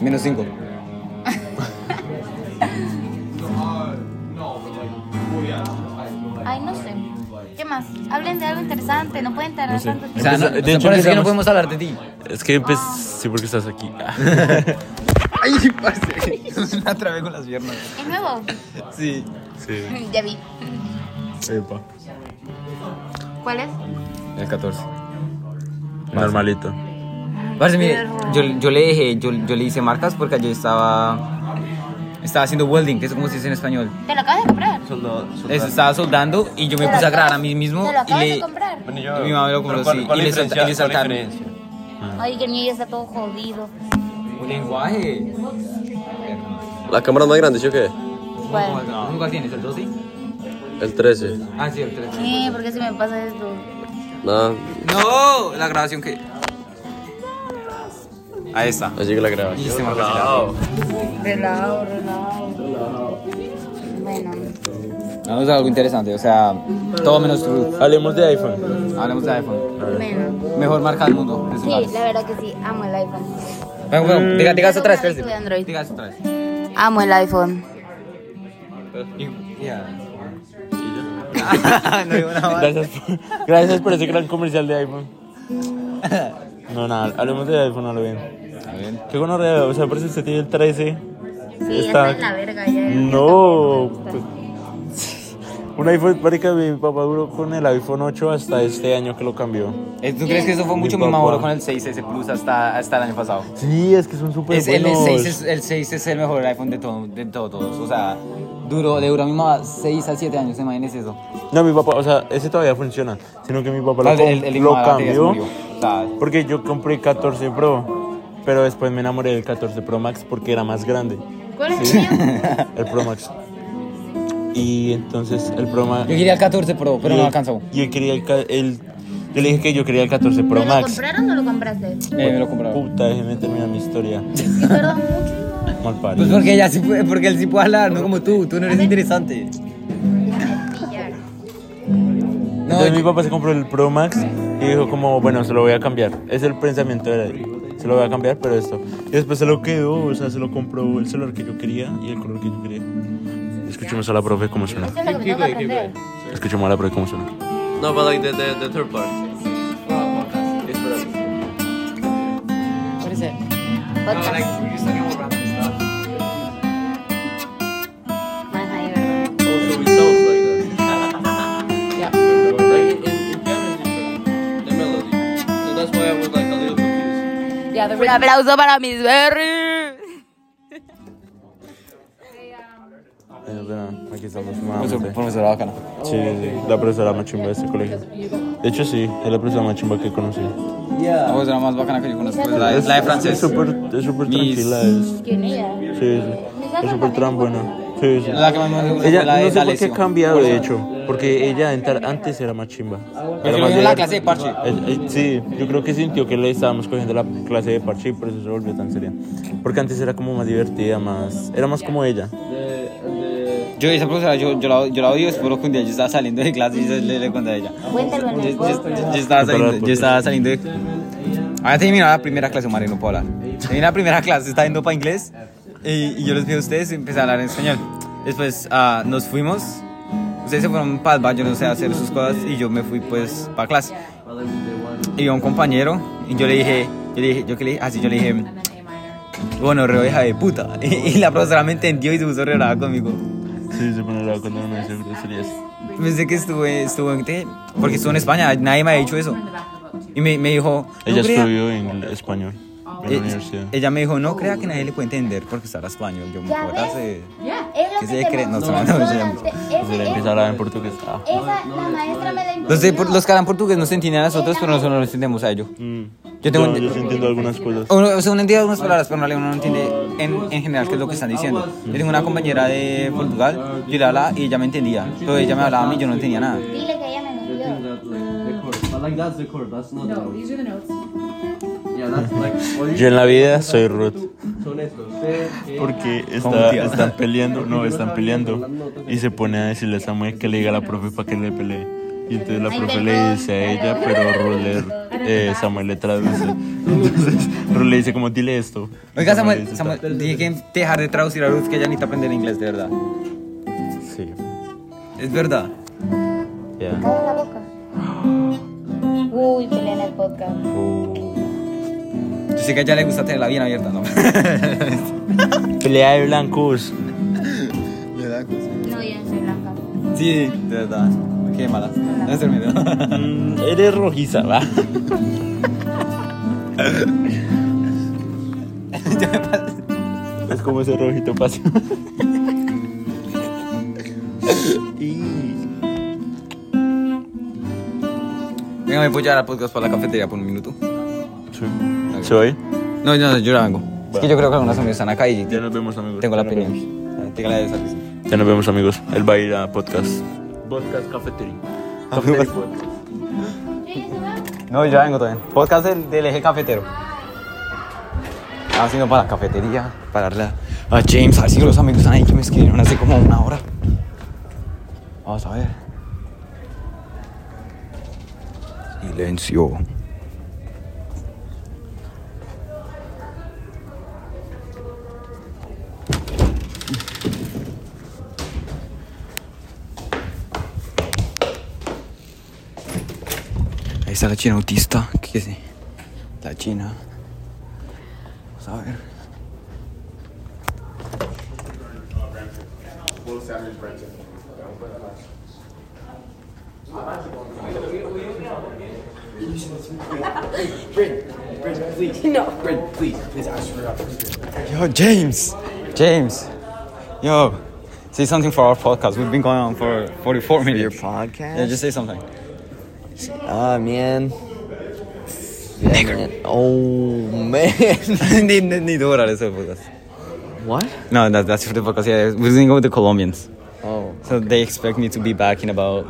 Menos 5. Ay, no sé. ¿Qué más? Hablen de algo interesante, no pueden tardar No sé. tanto O Empieza- sea, no, de o sea, hecho, por eso es que no empezamos- podemos hablar de ti. Es que, pues, sí, porque estás aquí. Ah. Ay, parce. Me atrapé con las piernas. ¿Es nuevo? Sí. Sí. ya vi. ¿Cuál es? El 14. Normalito. Parce, mire, yo, yo le dije, yo, yo le hice marcas porque yo estaba. Estaba haciendo welding, que es como se dice en español. ¿Te lo acabas de comprar? Eso, estaba soldando y yo me ¿Te lo puse a grabar a acabas- mí mismo. ¿Te lo y acabas le, de comprar? Bueno, Y mi mamá me lo pero compró, ¿cuál- sí, cuál y le diferencia- salta- y cuál le saltaron. diferencia? Ay, que el mío ya está todo jodido. Un lenguaje. La cámara es más grande, ¿sí o qué? ¿Cuál? ¿Cuál tienes? ¿El 12? El 13. Ah, sí, el 13. Sí, ¿por qué se me pasa esto? Nada, No, la grabación que. Ahí está. así que la grabas. Y se me ha Relajado, relajado. Bueno, Vamos a algo interesante, o sea, todo menos truth. Hablemos de iPhone. Hablemos de iPhone. menos. Mejor marca del mundo. de Sí, celulares. la verdad que sí, amo el iPhone. Venga, Mm. venga, diga- Digas otra vez, Soy espérate. Android. Digas otra vez. Amo el iPhone. No digo nada más. Gracias por, gracias por ese gran comercial de iPhone. No, nada, hablemos de iPhone a lo bien. Qué gonorrea, o sea, parece que usted tiene el 13. Sí, ya está en la verga ya. No. pues, Un iPhone, marica, mi papá duró con el iPhone 8 hasta este año que lo cambió. Eh, ¿Tú crees que eso fue mucho? Mi Mi mamá papá. voló con el 6S Plus hasta, hasta el año pasado. Sí, es que son súper Es, el, buenos. 6 es, el 6 es el mejor iPhone de, todo, de todo- todos. O sea, duró, le duró a mi mamá 6 a 7 años, imagínense eso. No, mi papá, o sea, ese todavía funciona, sino que mi papá lo, Ah, El, el, com- lo el hijo de la tía se cambió murió. O sea, porque yo compré 14 Pro, pero después me enamoré del 14 Pro Max porque era más grande, ¿Cuál es el mío? el Pro Max. Y entonces el Pro Max... Yo quería el 14 Pro, pero no alcanzó. Yo quería el, ca- el- Yo le dije que yo quería el 14 Pro ¿Te lo Max. compraron o lo compraste? Eh, me lo compraron. Puta, déjeme terminar mi historia. Sí, perdón mucho. Mal parido. Pues porque ella sí puede, porque él sí puede hablar, no como tú, tú no eres interesante. Déjame pillar. No, Entonces mi papá se compró el Pro Max y dijo como, bueno, se lo voy a cambiar. Es el pensamiento de él. Se lo voy a cambiar, pero esto. Y después se lo quedó, o sea, se lo compró el celular que yo quería y el color que yo quería. Escuchemos a la profe cómo suena. Eso es lo que me tengo que aprender. Escuchemos a la profe cómo suena. No, but like the, the, the third part. Podcast. together Un with me. aplauso para mis berries. Es verdad, aquí estamos. Profesor- nuevamente. Profesora bacana. Sí, sí, sí, la profesora más chimba de este colegio. De hecho, sí, es la profesora más chimba que he conocido. La profesora más bacana que yo conozco. es La, la de francés. Es súper es súper Mis- tranquila. Es, ¿Quién ella? sí, sí. Es súper tan buena. Sí, sí. La que más me gusta fue la Ella de no sé por qué D'Alessio. ha cambiado, de hecho. Porque ella entar- antes era más chimba. Porque más lo vio en divertida. la clase de parche. Eh, eh, Sí, yo creo que sintió que le estábamos cogiendo la clase de parche y por eso se volvió tan seria. Porque antes era como más divertida, más. Era más como ella. Yo, esa profesora, yo, yo, la, yo la odio, espero que un día yo estaba saliendo de clase y yo le, le conté a ella. Cuéntalo en Yo, el yo- yo- podcast. yo estaba saliendo, yo estaba saliendo de... Ahora terminaba la primera clase, Mario, no puedo hablar. Terminé la primera clase, estaba yendo para inglés y, y yo les vi a ustedes y empecé a hablar en español. Después ah, nos fuimos, ustedes se fueron para el baño, no sé, a hacer sus cosas y yo me fui pues para clase. Y iba un compañero y yo le dije, yo le dije, yo que le dije, así yo le dije, bueno, reo hija de puta. Y, y la profesora me entendió y se puso re brava conmigo. Sí, se pone la cuando uno dice groserías. Pensé que estuve, estuve en te- porque estuve en España, nadie me había dicho eso. Y me, me dijo, "No Ella crea-". estudió en español en la Eh, universidad. ella me dijo, no crea que nadie le puede entender porque estará español. Yo me Ya acuerdo ves. hace- Yeah. Es lo ¿Qué que se te cree? No, mostró no, no, no, durante- Se le ese- empieza a hablar en portugués. Ah. Esa, la maestra me la Los, de- imprimió. los que hablan portugués no se entienden a nosotros, pero nosotros no los entendemos a ellos. Mm. Yo tengo yo, un- yo sí entiendo algunas cosas. Uno, o sea, uno entiende algunas palabras, pero en realidad uno no entiende en, en general qué es lo que están diciendo. Yo tengo una compañera de Portugal, yo le hablaba y ella me entendía, pero ella me hablaba a mí y yo no entendía nada. Dile que ella me envió. No, these are the notes. Yo en la vida soy Ruth. Porque está, tía. están peleando, no, están peleando. Y se pone a decirle a Samuel que le diga a la profe para que le pelee. Y entonces la profe le dice a ella, pero Ruth le- eh, Samuel le traduce. Entonces Ruth le dice como, dile esto. Y Oiga, le Samuel, dice, Samuel, dije que dejar de traducir a Ruth que ella necesita aprender inglés, de verdad. Sí, Es verdad. ya. Cállate la boca. Uy, pelea en el podcast. Uh, Yo sé que a ella le gusta tenerla bien abierta, ¿no? Pelea de blancos. No, yo no soy blanca. sí, de verdad. Qué mala. No es el miedo. Mm, eres rojiza, va. es como ese rojito paso. y... Venga, me voy a llevar al podcast para la cafetería por un minuto. Soy. No, no, no, yo la vengo. Es que yo creo que algunos amigos están acá y nos vemos, amigos. tengo la opinión. Tengo la de esa. Ya nos vemos, amigos. Él va a ir a podcast. Podcast Cafetería. Ah, No, yo ya vengo también. Podcast del, del eje cafetero. Estamos haciendo Ah, para la cafetería, para darle a a James, a ver si los amigos están ahí que me escribieron hace como una hora. Vamos a ver. Silencio. Ahí está la china autista, ¿qué es? La china. Vamos a ver. Yo, James! James! Yo, say something for our podcast. We've been going on for 44 minutes. podcast? Yeah, just say something. Ah, Oh man. Yeah, man. Oh man. need, need, need dólares el podcast. what? No, that, that's for the podcast. Yeah, we're going to go with the Colombians. Oh. So they expect me to be back in about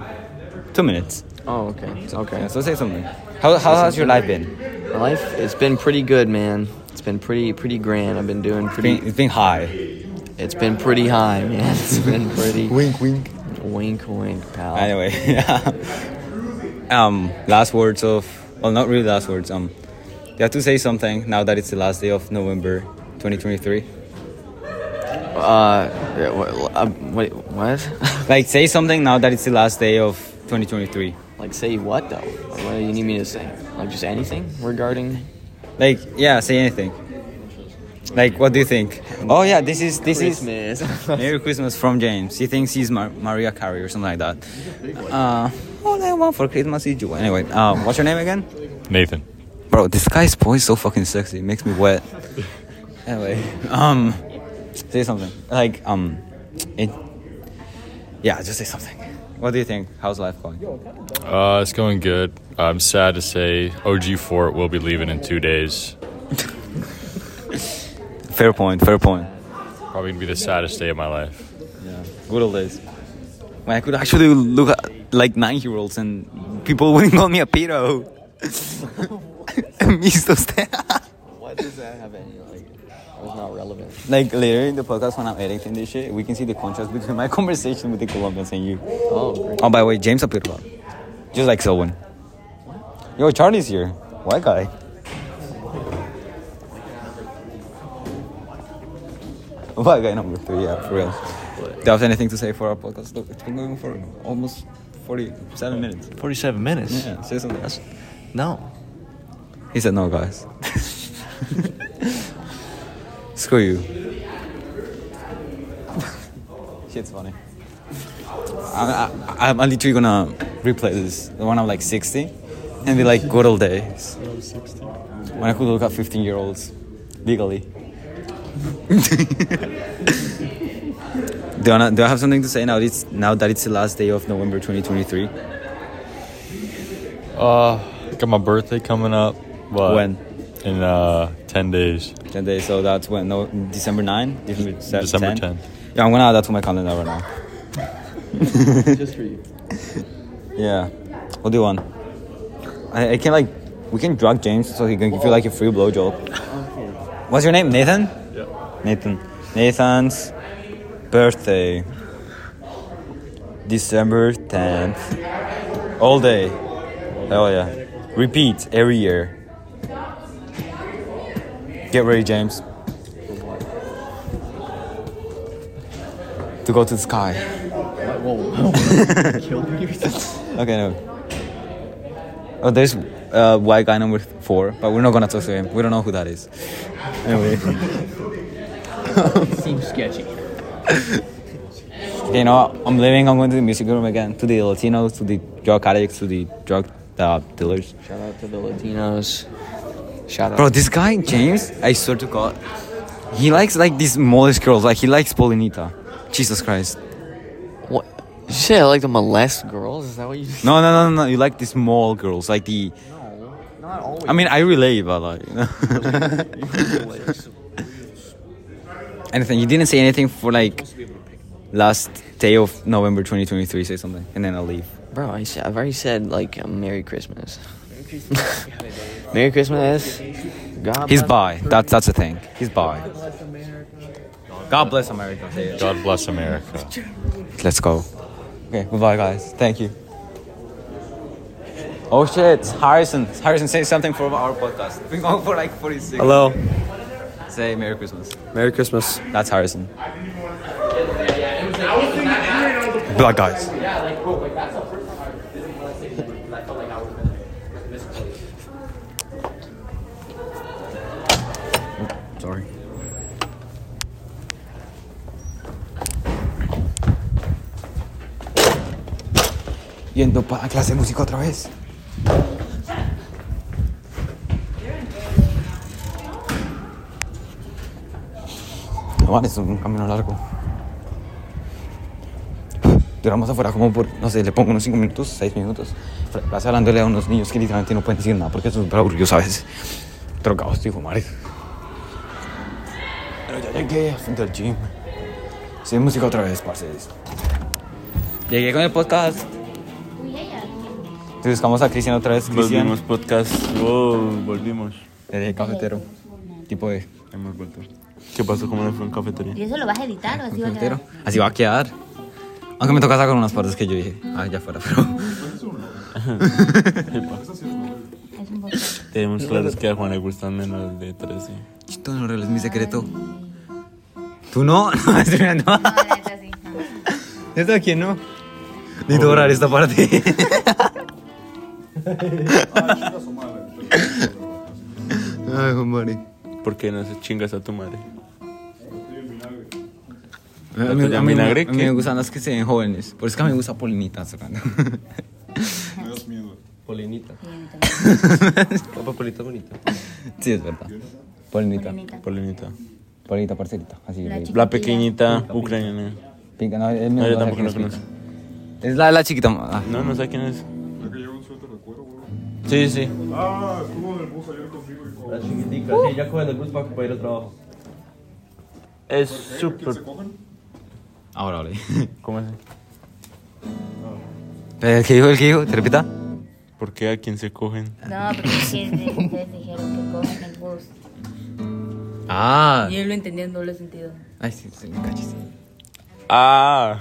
two minutes. Oh okay. Yeah, Okay. so say something. How, how has your life been? My life it's been pretty good, man. It's been pretty pretty grand. I've been doing It's been, pretty it's been high. it's been pretty high, man. It's been pretty Wink, wink. wink wink, pal. Anyway, yeah. Um, last words of, well, not really last words. Um, you have to say something now that it's the last day of November 2023. Uh yeah, what, uh, wait, what? Like, say something now that it's the last day of 2023. like say what though? Like, what do you need me to say? Like just anything regarding Like, yeah, say anything. Like, what do you think? Oh, yeah, this is, this is, Christmas. Merry Christmas from James. He thinks he's Mar- Maria Carey or something like that. Uh, all I want for Christmas is you. Anyway, uh, what's your um, name again? Nathan. Bro, this guy's voice is so fucking sexy. It makes me wet. anyway, um, say something. Like, um, it. Yeah, just say something. What do you think? How's life going? Uh, it's going good. I'm sad to say OG Fort will be leaving in two days. Fair point. Fair point. Probably gonna be the saddest day of my life. Yeah, good old days. When I could actually look at like nine-year-olds and people wouldn't call me a pedo. I miss those days. Why does that have any like? That was not relevant. Like later in the podcast when I'm editing this shit, we can see the contrast between my conversation with the Colombians and you. Oh, great. Oh, by the way, James Apirba. Just like Selwyn. Yo, Charlie's here. White guy. White guy number three, yeah, for real. Do you have anything to say for our podcast? Look, it's been going for almost 47 minutes. Forty-seven minutes. Yeah, say something. That's no. He said no, guys. Screw you. Shit's funny. I, I, I'm literally gonna replay this when I'm like 60 and be like, good old days. When I could look at 15 year olds legally. do, I, do I have something to say now, it's, now that it's the last day of November 2023? Uh, got my birthday coming up. What? When? In uh, ten days. 10 days, so that's when, no, December 9? December, December 10. 10. Yeah, I'm gonna add that to my calendar right now. Just for you. Yeah. What do you want? I, I can like we can drug James so he can give you like a free blowjob. What's your name? Nathan? Yeah. Nathan. Nathan's birthday. December 10th. All day. Hell yeah. Repeat every year. Get ready, James. To go to the sky. Okay, no. Oh, there's uh, white guy number four, but we're not gonna talk to him. We don't know who that is. Anyway. Seems sketchy. you know, I'm leaving. I'm going to the music room again. To the Latinos, to the drug addicts, to the drug uh, dealers. Shout out to the Latinos. Shout out. Bro, this guy, James, I swear to God, he likes like these molest girls. Like, he likes Polinita. Jesus Christ. What? Did you say I like to molest girls? Is that what you? No, no, no, no, no. You like these small girls. Like the. No, not always. I mean, I relate, but like. you know. anything. You didn't say anything for like last day of November 2023. Say something, and then I'll leave. Bro, I said, I've already said like um, Merry Christmas. Merry Christmas. God He's bless- bi. That's that's the thing. He's bi. God bless America. Say it. God bless America. Let's go. Okay, bye bye guys. Thank you. Oh shit, Harrison. Harrison, say something for our podcast. We've been going for like 46. Hello. Say Merry Christmas. Merry Christmas. That's Harrison. Black guys. Sorry. Yendo para clase de música otra vez. No vale, es un camino largo. Duramos afuera como por, no sé, le pongo unos 5 minutos, 6 minutos. Fuera de Plaza hablándole a unos niños que literalmente no pueden decir nada porque son súper aburridos, ¿sabes? Trocados y fumares. Pero ya llegué al frente del gym. Sí, música otra vez, parceros. Llegué con el podcast. Entonces buscamos a Cristian otra vez, Cristian. Volvimos podcast. Oh, volvimos. El cafetero. Tipo de. Hemos vuelto. ¿Qué pasó? ¿Cómo le fue en cafetería? ¿Y eso lo vas a editar o así va a quedar? Cafetero. Así va a quedar. Aunque me toca sacar unas partes que yo dije, ah, ya fuera, pero. Es un poco. Tenemos claros que a Juan le gustan menos de 13. Chito, no reveles mi secreto. ¿Tú no? No, estoy mirando. No, la neta, sí, no. ¿Esto quién no? Necesito borrar esta parte. Ay, Mari. ¿Por qué no se chingas a tu madre? A mí, a mí- vinagre, a mí qué? me gustan las que se ven jóvenes. Por eso es que a mí me gusta Polinita. Fernando. Me das miedo. Polinita. La papolita bonita. Sí, es verdad. Polinita. Polinita. Polinita, parcelita. Así La le- chiquitita. La pequeñita ucraniana. Pinca, no, él No, mismo yo sabe tampoco quién la es conozco. Pinca. Es la de la chiquita. ah. No, no sé quién es. que lleva un suéter de cuero, güey. Sí, sí. Ah, estuvo en el bus ayer conmigo y con... La chiquitica, sí, ya cogen el bus para, para ir al trabajo. Es ¿Quién súper. se cogen? Ahora, ahora. ¿Cómo es? ¿El que Eh, dijo? ¿El que dijo? ¿Te repita? ¿Por qué a quién se cogen? No, pero es que de- ustedes dijeron que cogen el bus. Ah. Y él lo entendió en doble sentido. Ay, sí, sí, me cachis. Ah.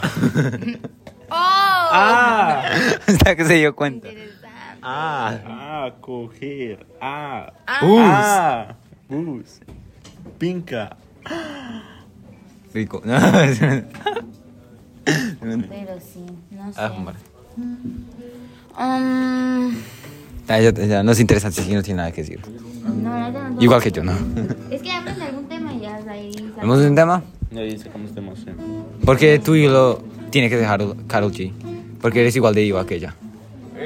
¡Oh! ¡Ah! Hasta que se dio cuenta. Ah. Ah, coger. Ah. Ah. Bus. Ah. Bus. Pinca. Rico. Ah, Pero sí, no sé. Ah, hombre. Um, Ah, ya, ya, no es interesante, sí, no tiene nada que decir. no, la verdad no. Igual que yo, ¿no? Es que hablas de algún tema y ya ahí. sale. ¿Vamos a un tema? Y ahí sacamos de emoción. Porque tú y yo lo tienes que dejar Carol G. Porque eres igual de diva que ella.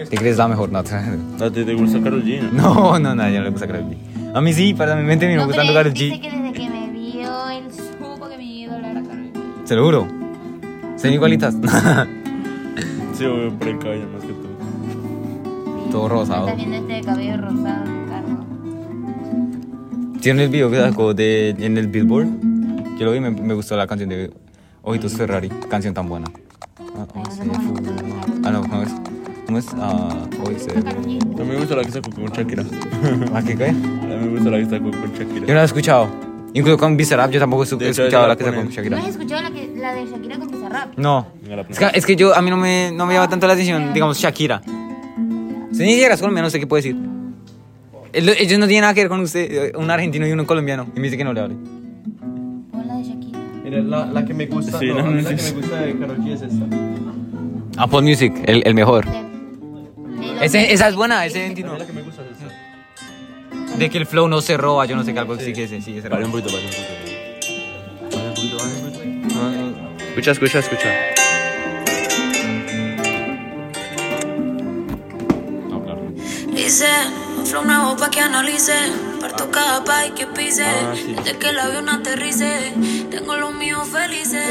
Te crees la mejor nota. ¿A ti te gusta Karol G? No, no, no, ya no le gusta Carol G. A mí sí, para mi mente me No, no gustando pero él Carol dice G. que desde que me vio, él supo que mi ídolo era Karol G. Ah, Se lo juro. Son igualitas. Sí, obvio, por el cabello más que todo. Todo rosado. Está viendo este cabello rosado en Carlos. Tiene el video que sacó de, en el Billboard. Yo lo vi y me, me gustó la canción de Ojitos Ferrari. Canción tan buena. Ah, oh, se fue. Ah, no, ¿cómo es? ¿Cómo es? Ah, hoy se fue. A mí me gusta la que sacó con Shakira. ¿A qué cae? A mí me gusta la que sacó con Shakira. Yo no la he escuchado. Incluso con Bizarrap yo tampoco he De hecho, escuchado ella la la que sacó pone- con ¿No Shakira. has escuchado la, que, la de Shakira con Bizarrap? No. Venga, la Es que, es que yo, a mí no me, no me llama tanto la atención, digamos, Shakira. Si ni siquiera es colombiano, no sé qué puede decir. El- Ellos no tienen nada que ver con usted, eh, un argentino y uno colombiano. Y me dice que no le hable. Pon la de Shakira. Mira, la, la que me gusta, Sí, no, no, a mí no la que sé. me gusta de Karol G es esta. Apple Music, el, el mejor. Taylor Ese- Swift. esa es buena, ese A mí 29. la que me gusta es esta. De que el flow no se roba, yo no sé qué algo sí que ese, sí, ese Vale era. un poquito, vale un poquito. Vale un poquito, vale un poquito. Escucha, escucha, escucha. Hice un flow nuevo pa' que analice. Parto cada pie que pise. Ah, sí. Desde que el avión aterrice, tengo los míos felices.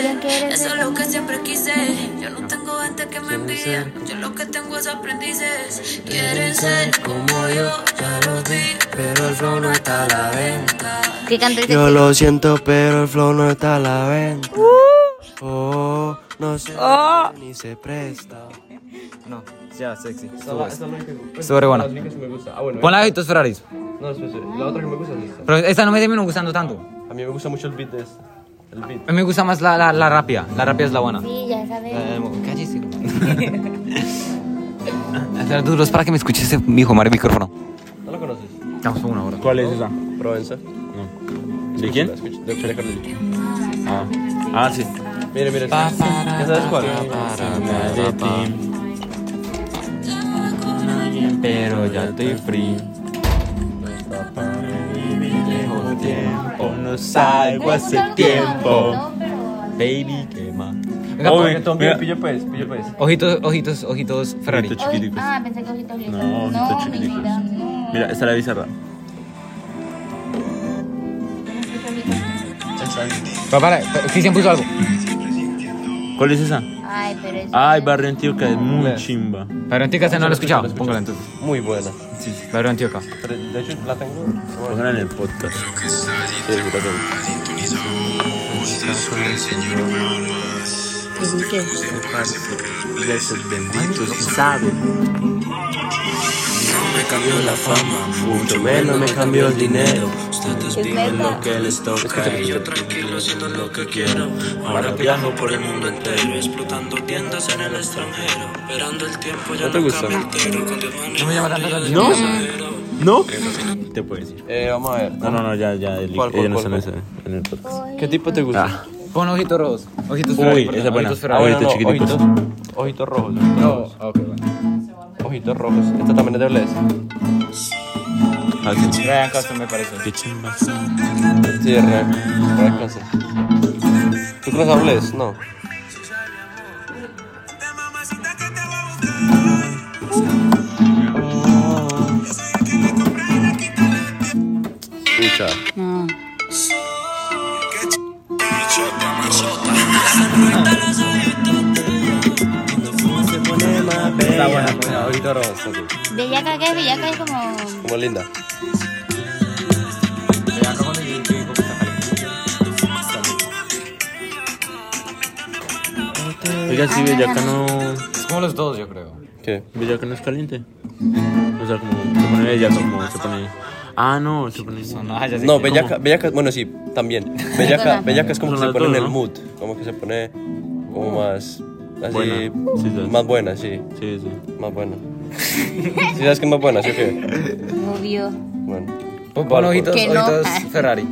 Eso es lo que siempre quise. Yo no tengo gente que me envidia. Yo lo que tengo es aprendices. Quieren ser como yo, ya los vi. Pero el flow no está a la venta. ¿Qué canta este el Yo lo siento, pero el flow no está a la venta. Oh, no sé, ni se presta. No, ya, sexy. Esta es la que Estuvo re buena. la única que me gusta. Ah, bueno. Pon la de tus Ferraris. No, espera, espera. La otra que me gusta es esta. Pero esta no me terminó gustando tanto. A mí me gusta mucho el beat de esta. El beat. A mí me gusta más la, la, la rápida. La rápida es la buena. Sí, ya sabes. Eh, Cállese. Hacer duros para que me escuche ese mijo, mar el micrófono. ¿No la conoces? Estamos por una hora. ¿Cuál es esa? Provenza. ¿De quién? La escucho- De Karol G. Ah, ah sí. Mira, mira. ¿Ya sabes cuál? Pero ya estoy free. Lejos tiempo, no salgo hace tiempo. Baby, quema. Venga, Oye, porque Reggaetón, mira. pillo pues, pillo pues. Ojitos, ojitos, ojitos Ferrari. Ojitos chiquiticos. Ah, pensé que ojitos lindos. No, ojitos no, mi chiquiticos. vida, no. Mira, esta la bizarra. Papá, Cristian puso algo. ¿Cuál es esa? Ay, pero es. Ay, Barrio Antioquia es muy chimba. Barrio Antioca, esa no lo he escuchado. Póngala entonces. Muy buena. Sí, Barrio Antioca. Pero, De hecho, la tengo. Pónganla en el podcast. me cambió la fama, mucho menos me cambió el dinero. Ustedes viven lo que les toca y yo tranquilo haciendo lo que quiero. Ahora viajo por el mundo entero, explotando tiendas en el extranjero. Esperando el tiempo ya no, cambia entero. No me llama tanto la atención. ¿No? ¿No? Te puedes ir. Eh, vamos a ver. No, no, no, ya, ya. El, ¿Cuál, cuál, ella no cuál, está en cuál? esa- en el podcast. ¿Qué tipo te gusta? Pon ojitos rojos. Ojitos Ah. Ferrari. Uy, esa perdón, buena. Ojitos Ah, Ferrari. bueno, no, Ojitos chiquiticos. ojitos, ojitos rojos. No, ah, ok, bueno. Ojitos rojos. Esta también es de Bless. Ah, sí. Ryan Castro me parece. Qué chimba. Sí, es real. Real cáncer. ¿Tú crees a Bless? No. escuchar. No. Está buena, pues, buena, ahorita ahora vamos a hacer. Bellaca, ¿qué es Bellaca? Es como... Como linda. Oiga, sí, Bellaca no. Es como los dos, yo creo. ¿Qué? Bellaca no es caliente. O sea, como se pone Bellaca, como se pone. Ah, no, se pone. No, bellaca, bellaca, bueno, sí, también. Bellaca, bellaca es como que se pone en el mood, como que se pone como más. Así, Buena, sí, sí. más buena, sí. Sí, sí. Más buena. ¿Sí sabes que es más buena, sí o qué? Obvio. Bueno. Pon ojitos, Que no. ojitos Ferrari.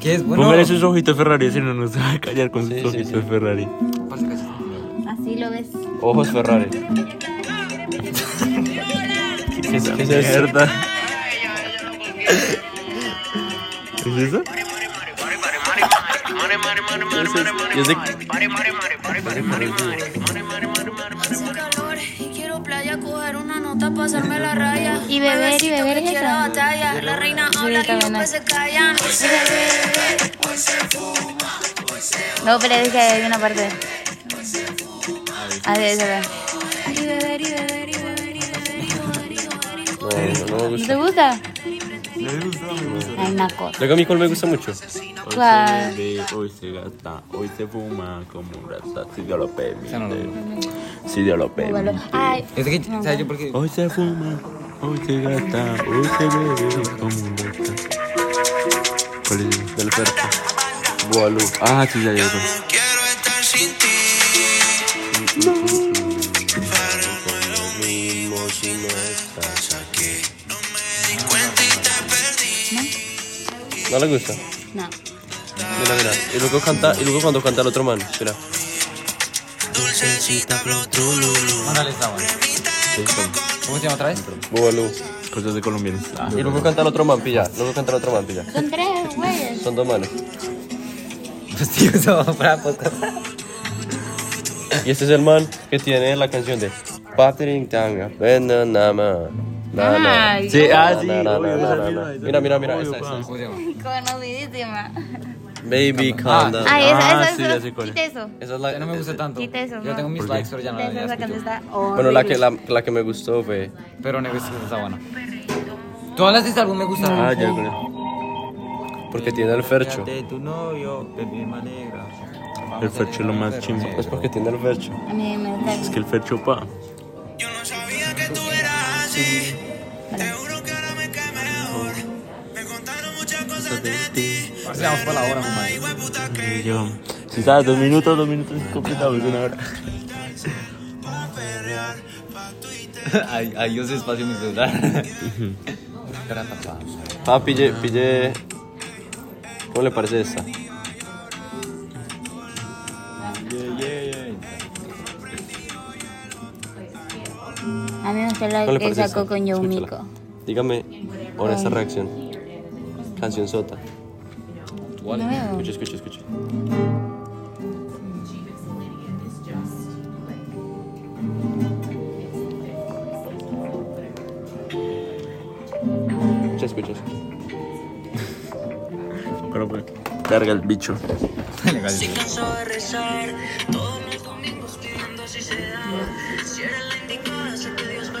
¿Qué es bueno? Póngale sus ojitos Ferrari, si no nos va a callar con sus ojitos Ferrari. Así lo ves. Ojos Ferrari. ¿Qué es verdad? ¿Es eso? Yo sé- Quiero playa, coger una nota, pasarme la raya. Y beber, y beber es Quiero eso. batalla, la reina habla y después se callan. No, pero es que hay una parte. Ah, Así es, ¿verdad? Y beber, y beber, y No, no, no me ¿No te gusta. gusta? No. Ay, naco. Luego a mí cuál me gusta mucho. ¿Cuál? Hoy se bebe, hoy se gasta, hoy se fuma como un rata, si Dios lo permite. Si Dios lo permite. Ay. Es que, ¿sabes yo por qué? Hoy se fuma, hoy se gasta, hoy se bebe como un rata. ¿Cuál es? Del perro. Boalú. Ah, sí, ya, ya. ya. Mm, No le gusta. No. Mira, mira. Y luego canta, y luego cuando canta el otro man, mira. Mándale esta, man. ¿Cómo se llama otra vez? Bubalú. Cosas de colombianos. Ah. Y luego canta el otro man, pilla. Luego canta el otro man, pilla. Son tres güeyes. Son dos manos. Pues tío, eso va para podcast. Y este es el man que tiene la canción de Patrick Tanga. Venga, nada más. Na, na. Ay, Sí, ah, Na, sí, na, na, obvio, na, esa na, misma, na. esa Mira, mira, misma, mira. obvio, esta, Ah. esta. Conocidísima. Baby, calm down. Ay, esa, esa, esa. Quita eso. Esa es la, Ya no me gusta tanto. Quita eso. Yo tengo mis ¿Por qué? likes, pero ya no la Esa canción está Bueno, la que, horrible. la, la que me gustó fue. Pero no está buena. Todas las de este álbum me gustan. Ah, ya, creo. Porque tiene el fercho. De tu novio, bebé negra. El fercho es lo más chimba. Es porque tiene el fercho. A mí me gusta. Es que el fercho pa. Ahora sí vamos para la hora, mamá. Y yo, si sabes, dos minutos, dos minutos, completamos una hora. Ay, ay, yo sé espacio en mi celular. Espera, papá. Ah, pille, pille. ¿Cómo le parece esta? A mí me gusta ¿No la le que parece sacó esa? con Yomiko. Dígame, honesta reacción. Canción sota. No veo. Escucha, escucha, escucha. Escucha, escucha. escucha. Pero pues, carga el bicho. Si canso de rezar, todos los domingos pidiendo si se da. Si eres la indicada, sé que Dios va a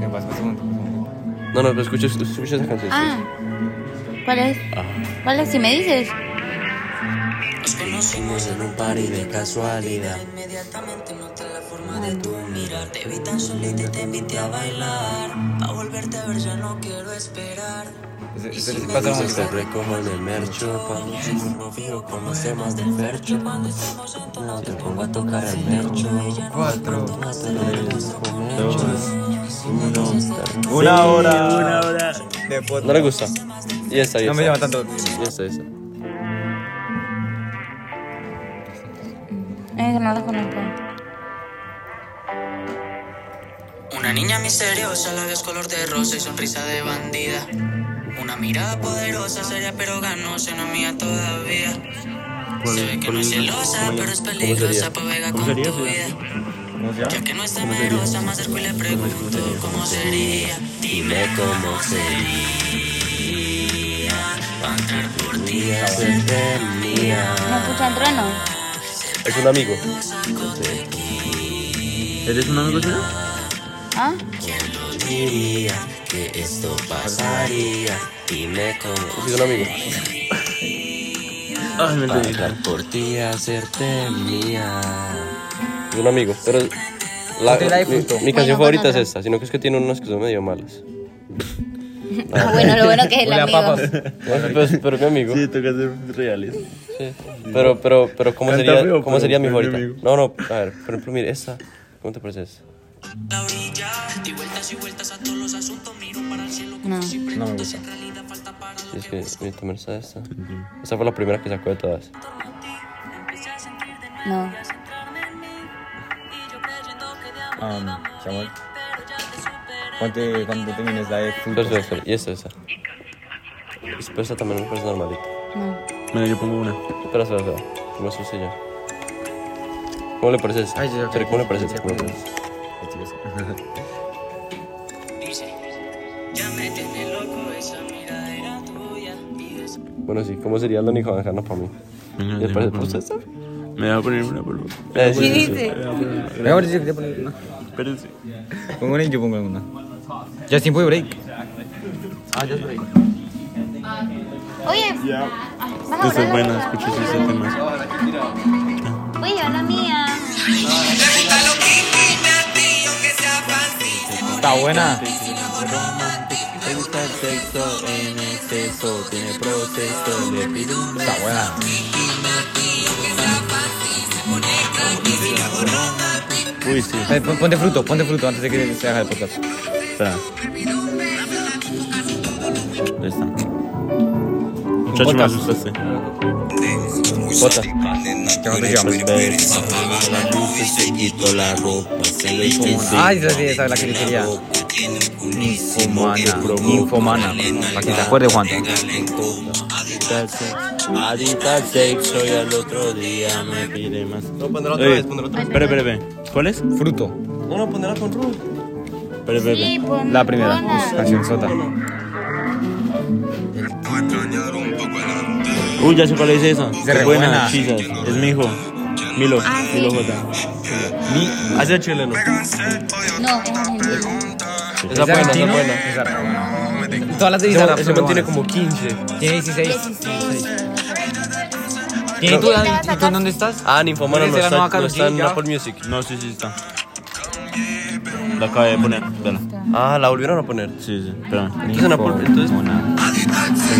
¿Qué pasa? Un segundo, un segundo. No, no, pero escucha, escucha esa canción. Ah. ¿Cuál es? ¿Cuál es? Si me dices. Nos conocimos en un party de casualidad. Inmediatamente noté la forma de tu mirar. Te vi tan solita y te invité a bailar. Pa' volverte a ver ya no quiero esperar. Ese- Y ese- si ese me pasa la dices, música. te recojo en el mercho. Pa' mí es un novio como temas de fercho. Cuando estemos en tu te pongo a tocar el mercho. Y ya no me Cuatro, preguntas de los conechos. Una hora. De No le gusta. Y esta, y esta. No me llama tanto. Y esta, y esta. Eh, no la conozco. Una niña misteriosa, labios color de rosa y sonrisa de bandida. Una mirada poderosa, seria pero ganosa, no mía todavía. Se ve que no es celosa, pero es peligrosa, pavega ¿Cómo con sería? tu vida. ¿Cómo sería? Ya que no es temerosa, me acerco y le pregunto cómo sería. Dime cómo sería. Va a entrar por ti a hacerte mía. No escuchan trueno. Es un amigo. ¿Eres un amigo tuyo? ¿Ah? Diría que esto pasaría. Dime cómo. Es un amigo. Ay, me entendí. por ti hacerte mía. Es un amigo. Pero la- Ponte la de mi, punto. mi Bueno, canción favorita es bueno. esta, sino que es que tiene unas que son medio malas. Ah, bueno, lo bueno que es el Huele a amigo. papas. Pero, es- pero es mi amigo. Sí, toca ser reales. Pero, pero, pero, ¿cómo Canta sería, feo, cómo pero sería mi es mi favorita? amigo. No, no, a ver, por ejemplo, mira, esta. ¿Cómo te parece esta? Di vueltas y vueltas a todos los asuntos. Miro para el cielo No. como si No me gusta. Sí, es que, mira, también está esta. Esta fue la primera que sacó de todas. No. Samuel. Um, Ponte cuando termines la de Espera, espera, espera, Pues Y esta, esta. Pero esta también me parece normalita. No. Bueno, yo pongo una. Espera, espera, espera. No sé si ya. ¿Cómo le parece esta? Espera, ¿Cómo le parece esta? ¿Cómo le parece esta? Ya me tiene loco esa miradera tuya. Pides Bueno, sí, ¿cómo sería Lonnie Hanna para mí? ¿Le parece por usted esta? Me voy a poner una, por favor. Eh, ¿Qué sí, sí, sí. dice? Mejor yo quería poner una. Espérense. Pongo una y yo pongo una. Ya es tiempo de break. Ah, ya es break. Oye, Ah, Esto es bueno, escucho esos temas. oye, la mía. Está buena. Te gusta el sexo en exceso, tiene proceso, le pido un Está buena. Uy, sí. Eh, pon- ponte fruto, ponte fruto antes de que se haga el podcast. Espera. Ya está. Muchacho, me podcast. asustaste. Bota. Apaga la luz y se quitó la ropa. Se le hizo Ay, esa sí, esa es la que yo quería. Infomana. Infomana. Para que te acuerdes, Juan. Adicta al sexo. Adicta al sexo y al otro día me pide más. No, pondrá otra Ey, vez, pondrá otra vez. Espera, espera, espera. ¿Cuál es? Fruto. No, no, pondrá con Ruth. Espera, espera, espera. pues, La primera. Uf, canción sota. Uy, ya sé cuál es esa. Se re buena. chicas. Es mi hijo. Milo. Milo J. Ah, Hace chileno. No, es Esa argentino. buena, esa buena. Todas las de Ese Bizarrap man- Ese man tiene son como 15. buenas. Tiene 16. 16. ¿Y tú, Dani? ¿Y tú en dónde estás? Ah, Ninfomana Eres no de la está, nueva no Karol está G, en ya. Apple Music. No, sí, sí está. La acabé de poner. Dale. Ah, la volvieron a poner. Sí, sí. Espérame. Entonces en Apple, entonces...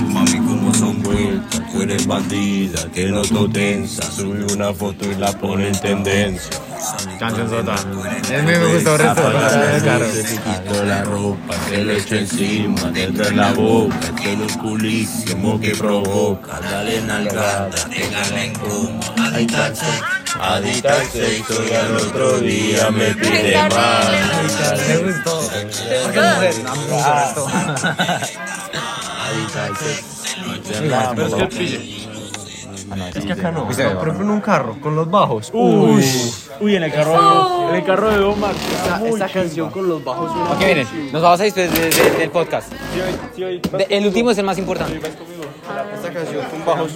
Mami, como son puertas, tú eres bandida, que no te tensa. Subí una foto y la pone en tendencia. Canción sota. Es mi me gusta el resto. Apaga la Es caro. luz, se quitó la ropa, se le echó encima, dentro de la boca, que lo culísimo que provoca. Dale nalgada, déjala en coma, adicta al sexo, adicta al sexo y al otro día me pide más. Me gustó. ¿Por qué mujer? No, me gusta el resto. Pero es que el pille. Es que acá no. Por Viste, ejemplo, en un carro, con los bajos. Uy. Uy, en el carro. En el carro de Omar. Esta canción con los bajos Ok, miren, nos vamos a ir desde del podcast. De- el último es el más importante. Esta canción con bajos.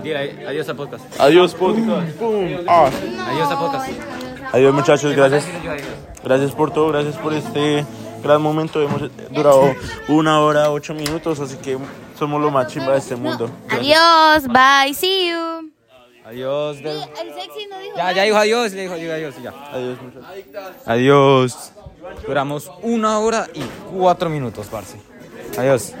Adiós al podcast. Adiós, podcast. Adiós al podcast. Adiós, muchachos. Gracias. Gracias por todo. Gracias por este gran momento. Hemos durado una hora, ocho minutos. Así que somos lo más chimba de este mundo. Adiós, bye, see you. Adiós. del- El sexy no dijo Ya, ya dijo adiós, le dijo, dijo adiós y ya. Adiós, muchachos. Adiós. Duramos una hora y cuatro minutos, parce. Adiós.